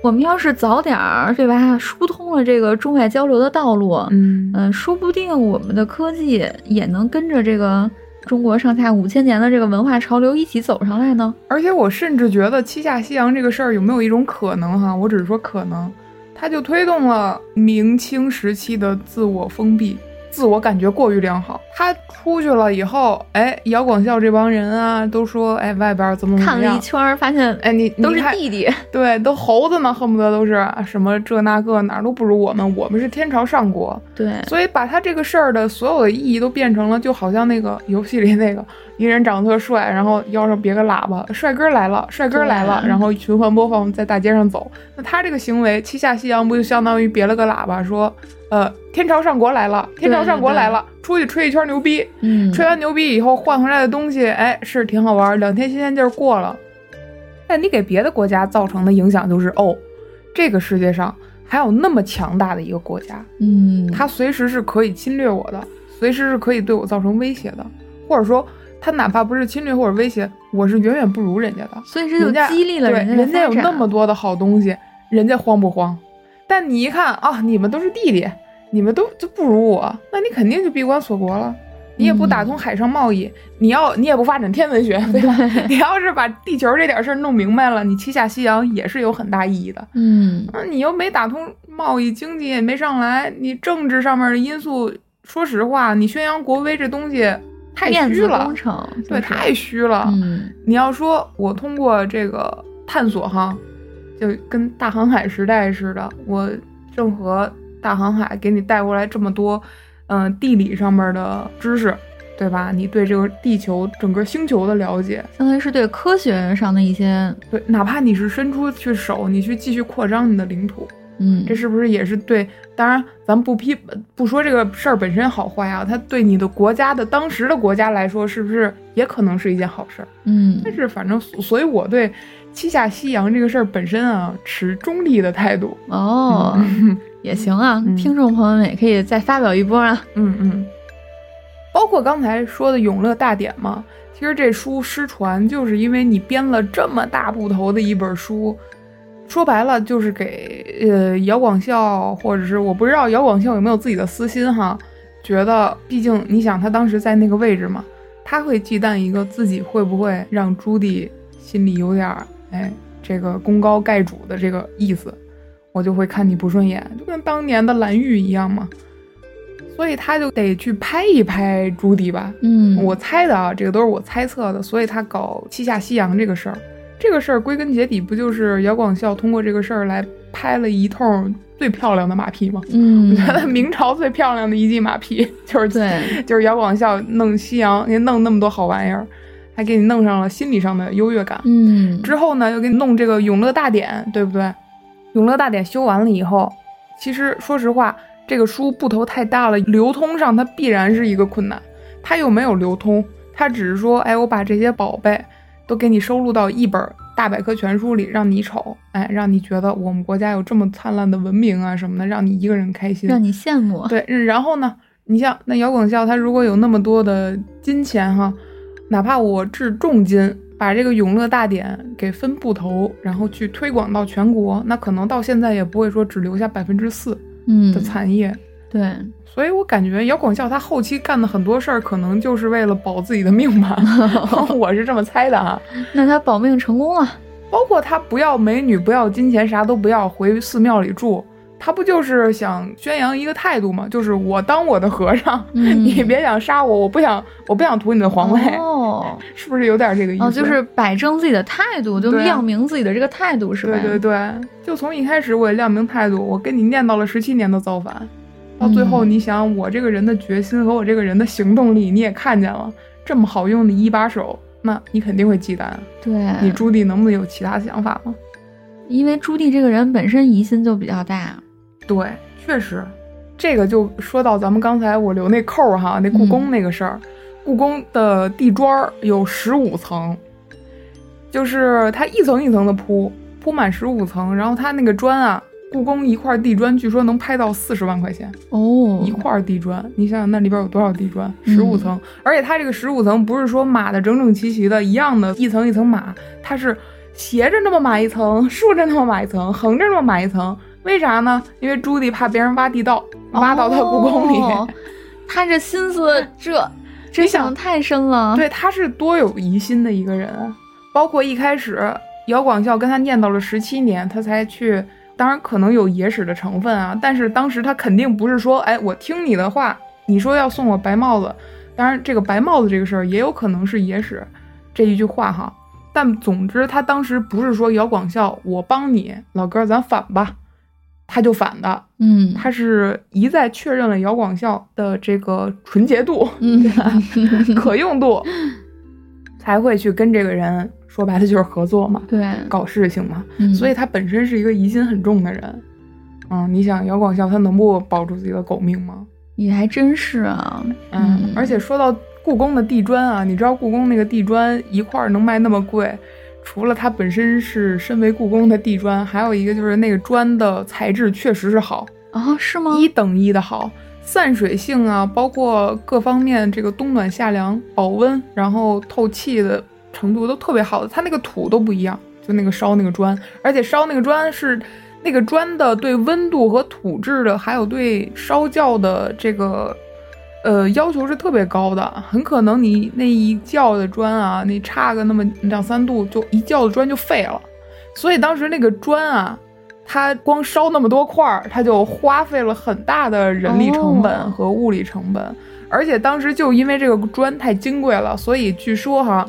[SPEAKER 2] 我们要是早点儿，对吧，疏通了这个中外交流的道路，
[SPEAKER 1] 嗯
[SPEAKER 2] 嗯，说不定我们的科技也能跟着这个中国上下五千年的这个文化潮流一起走上来呢。
[SPEAKER 1] 而且我甚至觉得七下西洋这个事儿有没有一种可能哈？我只是说可能，它就推动了明清时期的自我封闭，自我感觉过于良好。他出去了以后，哎，姚广孝这帮人啊，都说哎外边儿怎么怎
[SPEAKER 2] 看
[SPEAKER 1] 么
[SPEAKER 2] 了
[SPEAKER 1] 样
[SPEAKER 2] 一，圈儿，发现
[SPEAKER 1] 哎你
[SPEAKER 2] 都
[SPEAKER 1] 你
[SPEAKER 2] 是
[SPEAKER 1] 看
[SPEAKER 2] 弟弟，
[SPEAKER 1] 对，都猴子呢，恨不得都是啊什么这那个哪儿都不如我们，我们是天朝上国，
[SPEAKER 2] 对，
[SPEAKER 1] 所以把他这个事儿的所有的意义都变成了，就好像那个游戏里那个一人长得特帅，然后腰上别个喇叭，帅哥来了，帅哥来了，
[SPEAKER 2] 对
[SPEAKER 1] 然后循环播放在大街上走。那他这个行为，七下西洋不就相当于别了个喇叭说，呃，天朝上国来了，天朝上国来了，出去吹一圈牛逼，
[SPEAKER 2] 嗯，
[SPEAKER 1] 吹完牛逼以后换回来的东西，哎，是挺好玩，两天新鲜劲儿过了。但你给别的国家造成的影响就是，哦，这个世界上还有那么强大的一个国家，
[SPEAKER 2] 嗯，
[SPEAKER 1] 它随时是可以侵略我的，随时是可以对我造成威胁的，或者说它哪怕不是侵略或者威胁，我是远远不如人家的。
[SPEAKER 2] 所以这就
[SPEAKER 1] 人家
[SPEAKER 2] 激励了
[SPEAKER 1] 对，
[SPEAKER 2] 家
[SPEAKER 1] 人
[SPEAKER 2] 人
[SPEAKER 1] 家有那么多的好东西，人家慌不慌？但你一看啊，你们都是弟弟，你们都就不如我，那你肯定就闭关锁国了。你也不
[SPEAKER 2] 嗯
[SPEAKER 1] 打通海上贸易，你要你也不发展天文学，对吧？ 你要是把地球这点事儿弄明白了，你七下西洋也是有很大意义的。
[SPEAKER 2] 嗯
[SPEAKER 1] 那你又没打通贸易，经济也没上来，你政治上面的因素，说实话，你宣扬国威这东西太
[SPEAKER 2] 面
[SPEAKER 1] 虚
[SPEAKER 2] 子
[SPEAKER 1] 了
[SPEAKER 2] 工，程，就
[SPEAKER 1] 对，
[SPEAKER 2] 是
[SPEAKER 1] 太虚了。
[SPEAKER 2] 嗯
[SPEAKER 1] 你要说我通过这个探索哈，就跟大航海时代似的，我郑和大航海给你带过来这么多，嗯、地理上面的知识，对吧？你对这个地球整个星球的了解，
[SPEAKER 2] 相当于是对科学上的一些
[SPEAKER 1] 对，哪怕你是伸出去手，你去继续扩张你的领土，
[SPEAKER 2] 嗯
[SPEAKER 1] 这是不是也是对？当然，咱不批不说这个事儿本身好坏啊，它对你的国家的当时的国家来说，是不是也可能是一件好事儿？
[SPEAKER 2] 嗯
[SPEAKER 1] 但是反正，所所以我对七下西洋这个事儿本身啊，持中立的态度。
[SPEAKER 2] 哦。
[SPEAKER 1] 嗯
[SPEAKER 2] 也行啊，
[SPEAKER 1] 嗯
[SPEAKER 2] 听众朋友们也可以再发表一波啊。
[SPEAKER 1] 嗯嗯，包括刚才说的《永乐大典》嘛，其实这书失传，就是因为你编了这么大部头的一本书，说白了就是给呃姚广孝，或者是我不知道姚广孝有没有自己的私心哈，觉得毕竟你想他当时在那个位置嘛，他会忌惮一个自己会不会让朱棣心里有点儿哎这个功高盖主的这个意思，我就会看你不顺眼，就跟当年的蓝玉一样嘛，所以他就得去拍一拍朱棣吧。
[SPEAKER 2] 嗯
[SPEAKER 1] 我猜的啊，这个都是我猜测的，所以他搞七下西洋这个事儿，这个事儿归根结底不就是姚广孝通过这个事儿来拍了一通最漂亮的马屁吗？
[SPEAKER 2] 嗯
[SPEAKER 1] 我觉得明朝最漂亮的一记马屁就是
[SPEAKER 2] 对，
[SPEAKER 1] 就是姚广孝弄西洋，给你弄那么多好玩意儿，还给你弄上了心理上的优越感。
[SPEAKER 2] 嗯
[SPEAKER 1] 之后呢，又给你弄这个《永乐大典》，对不对？《永乐大典》修完了以后，其实说实话，这个书部头太大了，流通上它必然是一个困难。它又没有流通，它只是说，哎，我把这些宝贝都给你收录到一本大百科全书里，让你瞅，哎，让你觉得我们国家有这么灿烂的文明啊什么的，让你一个人开心，
[SPEAKER 2] 让你羡 慕。
[SPEAKER 1] 对，嗯然后呢，你像那姚广孝，他如果有那么多的金钱哈，哪怕我掷重金把这个永乐大典给分部头，然后去推广到全国，那可能到现在也不会说只留下百分之四
[SPEAKER 2] 嗯
[SPEAKER 1] 的产业。
[SPEAKER 2] 对，
[SPEAKER 1] 所以我感觉姚广孝他后期干的很多事儿，可能就是为了保自己的命吧， 我是这么猜的啊哈。
[SPEAKER 2] 那他保命成功了。
[SPEAKER 1] 包括他不要美女，不要金钱，啥都不要，回寺庙里住。他不就是想宣扬一个态度吗？就是我当我的和尚，
[SPEAKER 2] 嗯
[SPEAKER 1] 你别想杀我，我不想，我不想图你的皇位，
[SPEAKER 2] 哦
[SPEAKER 1] 是不是有点这个意思？
[SPEAKER 2] 哦，就是摆正自己的态度，就
[SPEAKER 1] 对啊
[SPEAKER 2] 亮明自己的这个态度是吧？
[SPEAKER 1] 对对对，就从一开始我也亮明态度，我跟你念叨了十七年的造反，到最后
[SPEAKER 2] 嗯
[SPEAKER 1] 你想我这个人的决心和我这个人的行动力，你也看见了，这么好用的一把手，那你肯定会忌惮。
[SPEAKER 2] 对
[SPEAKER 1] 你朱棣能不能有其他想法吗？
[SPEAKER 2] 因为朱棣这个人本身疑心就比较大。
[SPEAKER 1] 对，确实，这个就说到咱们刚才我留那扣儿哈，那故宫那个事儿，故宫的地砖儿有十五层，就是它一层一层的铺，铺满十五层，然后它那个砖啊。故宫一块地砖，据说能拍到四十万块钱
[SPEAKER 2] 哦
[SPEAKER 1] 一块地砖。你想想那里边有多少地砖？
[SPEAKER 2] 嗯
[SPEAKER 1] 十五层，而且它这个十五层不是说码的整整齐齐的，一样的，一层一层码，它是斜着那么码一层，竖着那么码一层，横着那么码一层。为啥呢？因为朱棣怕别人挖地道，挖到他故宫里。
[SPEAKER 2] 哦他这心思这这
[SPEAKER 1] 你想
[SPEAKER 2] 想太深了。
[SPEAKER 1] 对，他是多有疑心的一个人啊。包括一开始姚广孝跟他念叨了十七年，他才去。当然，可能有野史的成分啊，但是当时他肯定不是说，哎，我听你的话，你说要送我白帽子。当然，这个白帽子这个事儿也有可能是野史这一句话哈。但总之，他当时不是说姚广孝，我帮你，老哥儿咱反吧，他就反的。
[SPEAKER 2] 嗯，
[SPEAKER 1] 他是一再确 认了姚广孝的这个纯洁度、
[SPEAKER 2] 嗯，
[SPEAKER 1] 可用度，才会去跟这个人说白了就是合作嘛，
[SPEAKER 2] 对，
[SPEAKER 1] 搞事情嘛。
[SPEAKER 2] 嗯
[SPEAKER 1] 所以他本身是一个疑心很重的人。嗯，你想姚广孝他能不保住自己的狗命吗？
[SPEAKER 2] 你还真是啊，嗯
[SPEAKER 1] 而且说到故宫的地砖啊，你知道故宫那个地砖一块儿能卖那么贵，除了它本身是身为故宫的地砖，还有一个就是那个砖的材质确实是好，
[SPEAKER 2] 啊，是吗？
[SPEAKER 1] 一等一的好，散水性啊，包括各方面这个冬暖夏凉、保温，然后透气的程度都特别好的。它那个土都不一样，就那个烧那个砖，而且烧那个砖是那个砖的对温度和土质的，还有对烧窖的这个。呃，要求是特别高的，很可能你那一窖的砖啊，你差个那么两三度，就一窖的砖就废了。所以当时那个砖啊，它光烧那么多块儿，它就花费了很大的人力成本
[SPEAKER 2] 哦
[SPEAKER 1] 和物力成本。而且当时就因为这个砖太金贵了，所以据说哈，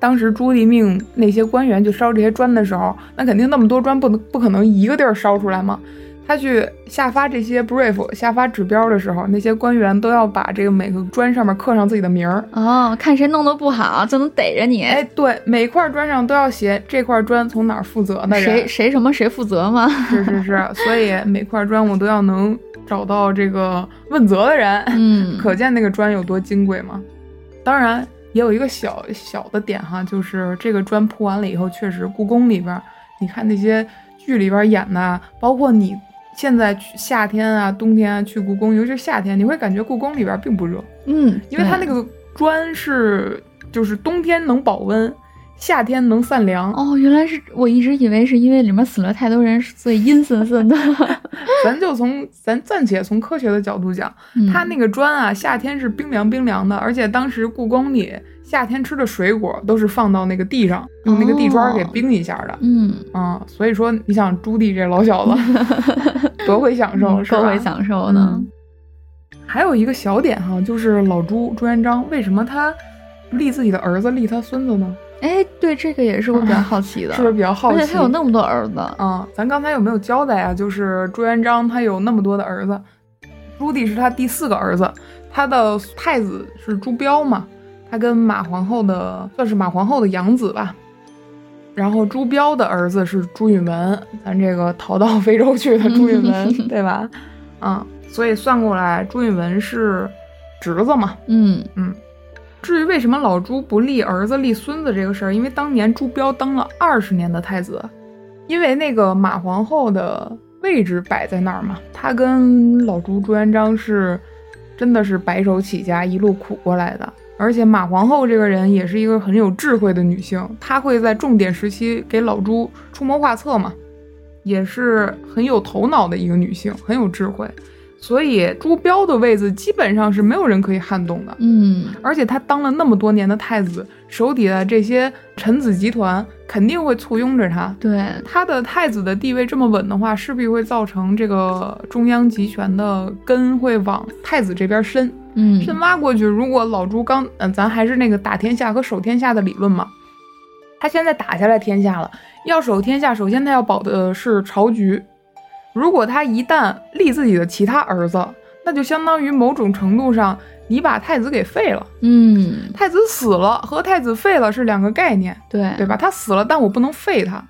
[SPEAKER 1] 当时朱棣命那些官员去烧这些砖的时候，那肯定那么多砖不能不可能一个地儿烧出来嘛。他去下发这些 brief、下发指标的时候，那些官员都要把这个每个砖上面刻上自己的名儿，
[SPEAKER 2] 哦，看谁弄得不好就能逮着你，
[SPEAKER 1] 哎，对，每块砖上都要写这块砖从哪儿负责的
[SPEAKER 2] 谁
[SPEAKER 1] 人，
[SPEAKER 2] 谁什么谁负责 吗？
[SPEAKER 1] 是是是，所以每块砖我都要能找到这个问责的人，
[SPEAKER 2] 嗯，
[SPEAKER 1] 可见那个砖有多金贵嘛。当然，也有一个小小的点哈，就是这个砖铺完了以后，确实故宫里边儿，你看那些剧里边儿演的啊，包括你现在去夏天啊、冬天啊去故宫，尤其是夏天，你会感觉故宫里边儿并不热，
[SPEAKER 2] 嗯，
[SPEAKER 1] 因为它那
[SPEAKER 2] 对
[SPEAKER 1] 个砖是就是冬天能保温，夏天能散凉。
[SPEAKER 2] 哦，原来是我一直以为是因为里面死了太多人，所以阴 森森的。
[SPEAKER 1] 咱就从咱暂且从科学的角度讲，
[SPEAKER 2] 嗯
[SPEAKER 1] 它那个砖啊，夏天是冰凉冰凉的，而且当时故宫里夏天吃的水果都是放到那个地上，用那个地砖给冰一下的。
[SPEAKER 2] 嗯，
[SPEAKER 1] 嗯，所以说你想朱棣这老小 子多会享受，
[SPEAKER 2] 嗯
[SPEAKER 1] 是
[SPEAKER 2] 多
[SPEAKER 1] 吧
[SPEAKER 2] 会享受呢。
[SPEAKER 1] 嗯还有一个小点哈，就是老朱朱元璋为什么他立自己的儿子立他孙子呢？
[SPEAKER 2] 哎，对，这个也是我比较好奇的，
[SPEAKER 1] 哎是不是比较好奇？
[SPEAKER 2] 而且他有那么多儿子，
[SPEAKER 1] 啊、咱刚才有没有交代啊？就是朱元璋他有那么多的儿子，朱棣是他第四个儿子，他的太子是朱标嘛，他跟马皇后的算是马皇后的养子吧。然后朱标的儿子是朱允文，咱这个逃到非洲去的朱允文，对吧？啊、所以算过来，朱允文是侄子嘛。
[SPEAKER 2] 嗯，
[SPEAKER 1] 至于为什么老朱不立儿子立孙子这个事儿，因为当年朱标当了二十年的太子，因为那个马皇后的位置摆在那儿嘛，他跟老朱朱元璋是真的是白手起家，一路苦过来的。而且马皇后这个人也是一个很有智慧的女性，她会在重点时期给老朱出谋划策嘛，也是很有头脑的一个女性，很有智慧。所以朱标的位子基本上是没有人可以撼动的。
[SPEAKER 2] 嗯，
[SPEAKER 1] 而且他当了那么多年的太子，手底下这些臣子集团肯定会簇拥着他。
[SPEAKER 2] 对，
[SPEAKER 1] 他的太子的地位这么稳的话，势必会造成这个中央集权的根会往太子这边伸。
[SPEAKER 2] 嗯，
[SPEAKER 1] 深挖过去，如果老朱刚，嗯、咱还是那个打天下和守天下的理论嘛。他现在打下来天下了，要守天下，首先他要保的是朝局。如果他一旦立自己的其他儿子，那就相当于某种程度上你把太子给废了。
[SPEAKER 2] 嗯，
[SPEAKER 1] 太子死了和太子废了是两个概念，
[SPEAKER 2] 对，
[SPEAKER 1] 对吧？他死了，但我不能废他。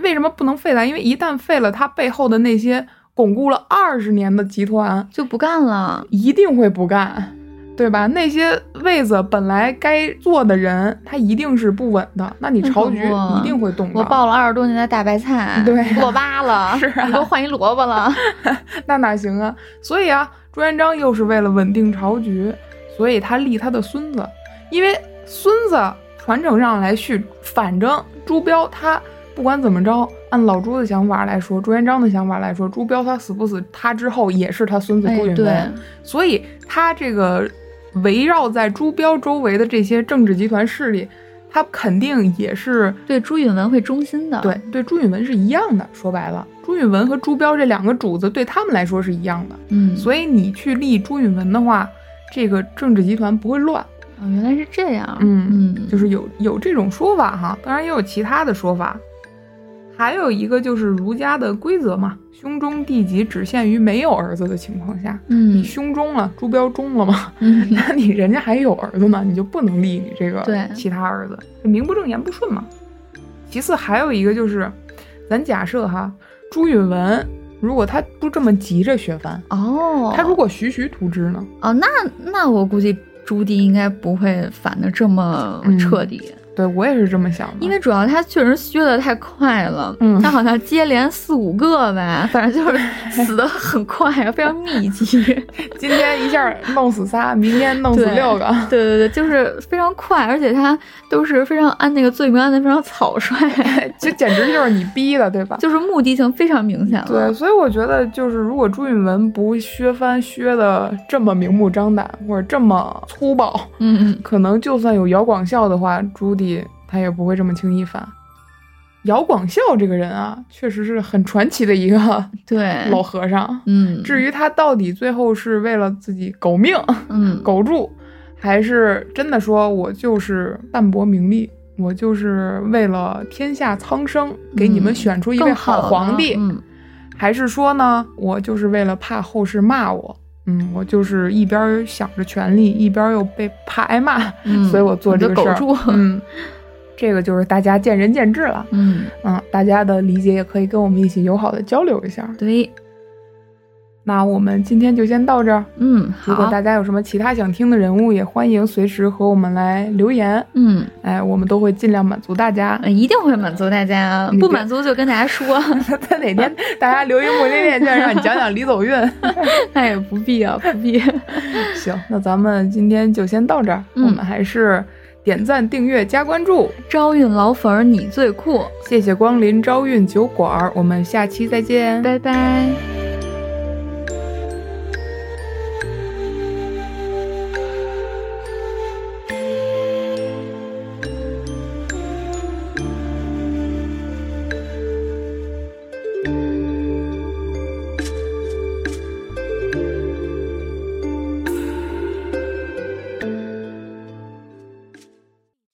[SPEAKER 1] 为什么不能废他？因为一旦废了，他背后的那些巩固了二十年的集团
[SPEAKER 2] 就不干了，
[SPEAKER 1] 一定会不干，对吧？那些位子本来该坐的人，他一定是不稳的。那你
[SPEAKER 2] 那可
[SPEAKER 1] 朝局
[SPEAKER 2] 不
[SPEAKER 1] 一定会动
[SPEAKER 2] 嗯我
[SPEAKER 1] 摇。
[SPEAKER 2] 爆了二十多年的大白菜，
[SPEAKER 1] 对啊
[SPEAKER 2] 落疤了，
[SPEAKER 1] 是啊
[SPEAKER 2] 你给我换一萝 卜了，
[SPEAKER 1] 那哪行啊？所以啊，朱元璋又是为了稳定朝局，所以他立他的孙子，因为孙子传承上来续，反正朱标他不管怎么着，按老朱的想法来说，朱元璋的想法来说，朱标他死不死，他之后也是他孙子
[SPEAKER 2] 哎
[SPEAKER 1] 朱允，文，
[SPEAKER 2] 对，
[SPEAKER 1] 所以他这个围绕在朱标周围的这些政治集团势力，他肯定也是
[SPEAKER 2] 对，朱允文会忠心的，
[SPEAKER 1] 对，对朱允文是一样的。说白了，朱允文和朱标这两个主子对他们来说是一样的。
[SPEAKER 2] 嗯，
[SPEAKER 1] 所以你去立朱允文的话，这个政治集团不会乱，
[SPEAKER 2] 哦，原来是这样，
[SPEAKER 1] 嗯
[SPEAKER 2] 嗯，
[SPEAKER 1] 就是有有这种说法哈。当然也有其他的说法，还有一个就是儒家的规则嘛，兄终弟及只限于没有儿子的情况下，你
[SPEAKER 2] 嗯
[SPEAKER 1] 兄终了，朱标终了嘛，
[SPEAKER 2] 嗯，
[SPEAKER 1] 那你人家还有儿子呢，你就不能立你这个
[SPEAKER 2] 对
[SPEAKER 1] 其他儿子，就名不正言不顺嘛。其次还有一个就是，咱假设哈，朱允文如果他不这么急着学藩，
[SPEAKER 2] 哦，
[SPEAKER 1] 他如果徐徐图之呢？
[SPEAKER 2] 哦，那那我估计朱棣应该不会反的这么
[SPEAKER 1] 嗯
[SPEAKER 2] 彻底，
[SPEAKER 1] 对我也是这么想的，
[SPEAKER 2] 因为主要他确实削的太快了，
[SPEAKER 1] 嗯
[SPEAKER 2] 他好像接连四五个吧，反正就是 死的很快，非常密集。
[SPEAKER 1] 今天一下弄死 仨，明天弄死
[SPEAKER 2] 对
[SPEAKER 1] 六 个。
[SPEAKER 2] 对对对，就是非常快，而且他都是非常按那个罪名按的非常草率，
[SPEAKER 1] 这简直就是你逼的，对吧？
[SPEAKER 2] 就是目的性非常明显了。
[SPEAKER 1] 对，所以我觉得就是，如果朱允文不削藩削的这么明目张胆，或者这么粗暴，
[SPEAKER 2] 嗯嗯，
[SPEAKER 1] 可能就算有姚广孝的话，朱棣他也不会这么轻易反。姚广孝这个人啊，确实是很传奇的一个
[SPEAKER 2] 对，
[SPEAKER 1] 老和尚。
[SPEAKER 2] 嗯，
[SPEAKER 1] 至于他到底最后是为了自己狗命
[SPEAKER 2] 嗯
[SPEAKER 1] 苟住，还是真的说我就是淡泊名利，我就是为了天下苍生给你们
[SPEAKER 2] 嗯
[SPEAKER 1] 选出一位
[SPEAKER 2] 更
[SPEAKER 1] 好皇帝，
[SPEAKER 2] 嗯
[SPEAKER 1] 还是说呢，我就是为了怕后世骂我，嗯，我就是一边儿想着权力，一边儿又被怕挨骂，
[SPEAKER 2] 嗯
[SPEAKER 1] 所以我做这个事儿。
[SPEAKER 2] 你就苟住
[SPEAKER 1] 嗯，这个就是大家见仁见智了。
[SPEAKER 2] 嗯，
[SPEAKER 1] 嗯，大家的理解也可以跟我们一起友好的交流一下。
[SPEAKER 2] 对，
[SPEAKER 1] 那我们今天就先到这儿。
[SPEAKER 2] 嗯
[SPEAKER 1] 如果
[SPEAKER 2] 好，
[SPEAKER 1] 大家有什么其他想听的人物，也欢迎随时和我们来留言。
[SPEAKER 2] 嗯，
[SPEAKER 1] 哎，我们都会尽量满足大家。
[SPEAKER 2] 呃一定会满足大家，啊
[SPEAKER 1] 你别
[SPEAKER 2] 不满足就跟大家说，
[SPEAKER 1] 在 哪天大家留一幕这面券，让你讲讲李 走运。
[SPEAKER 2] 那也不必啊，不必。
[SPEAKER 1] 行， 那咱们今天就先到这儿。
[SPEAKER 2] 嗯
[SPEAKER 1] 我们还是点赞、订阅、加关注，
[SPEAKER 2] 招运老粉儿，你最酷，
[SPEAKER 1] 谢谢光临朝韵酒馆儿，我们下期再见，
[SPEAKER 2] 拜拜。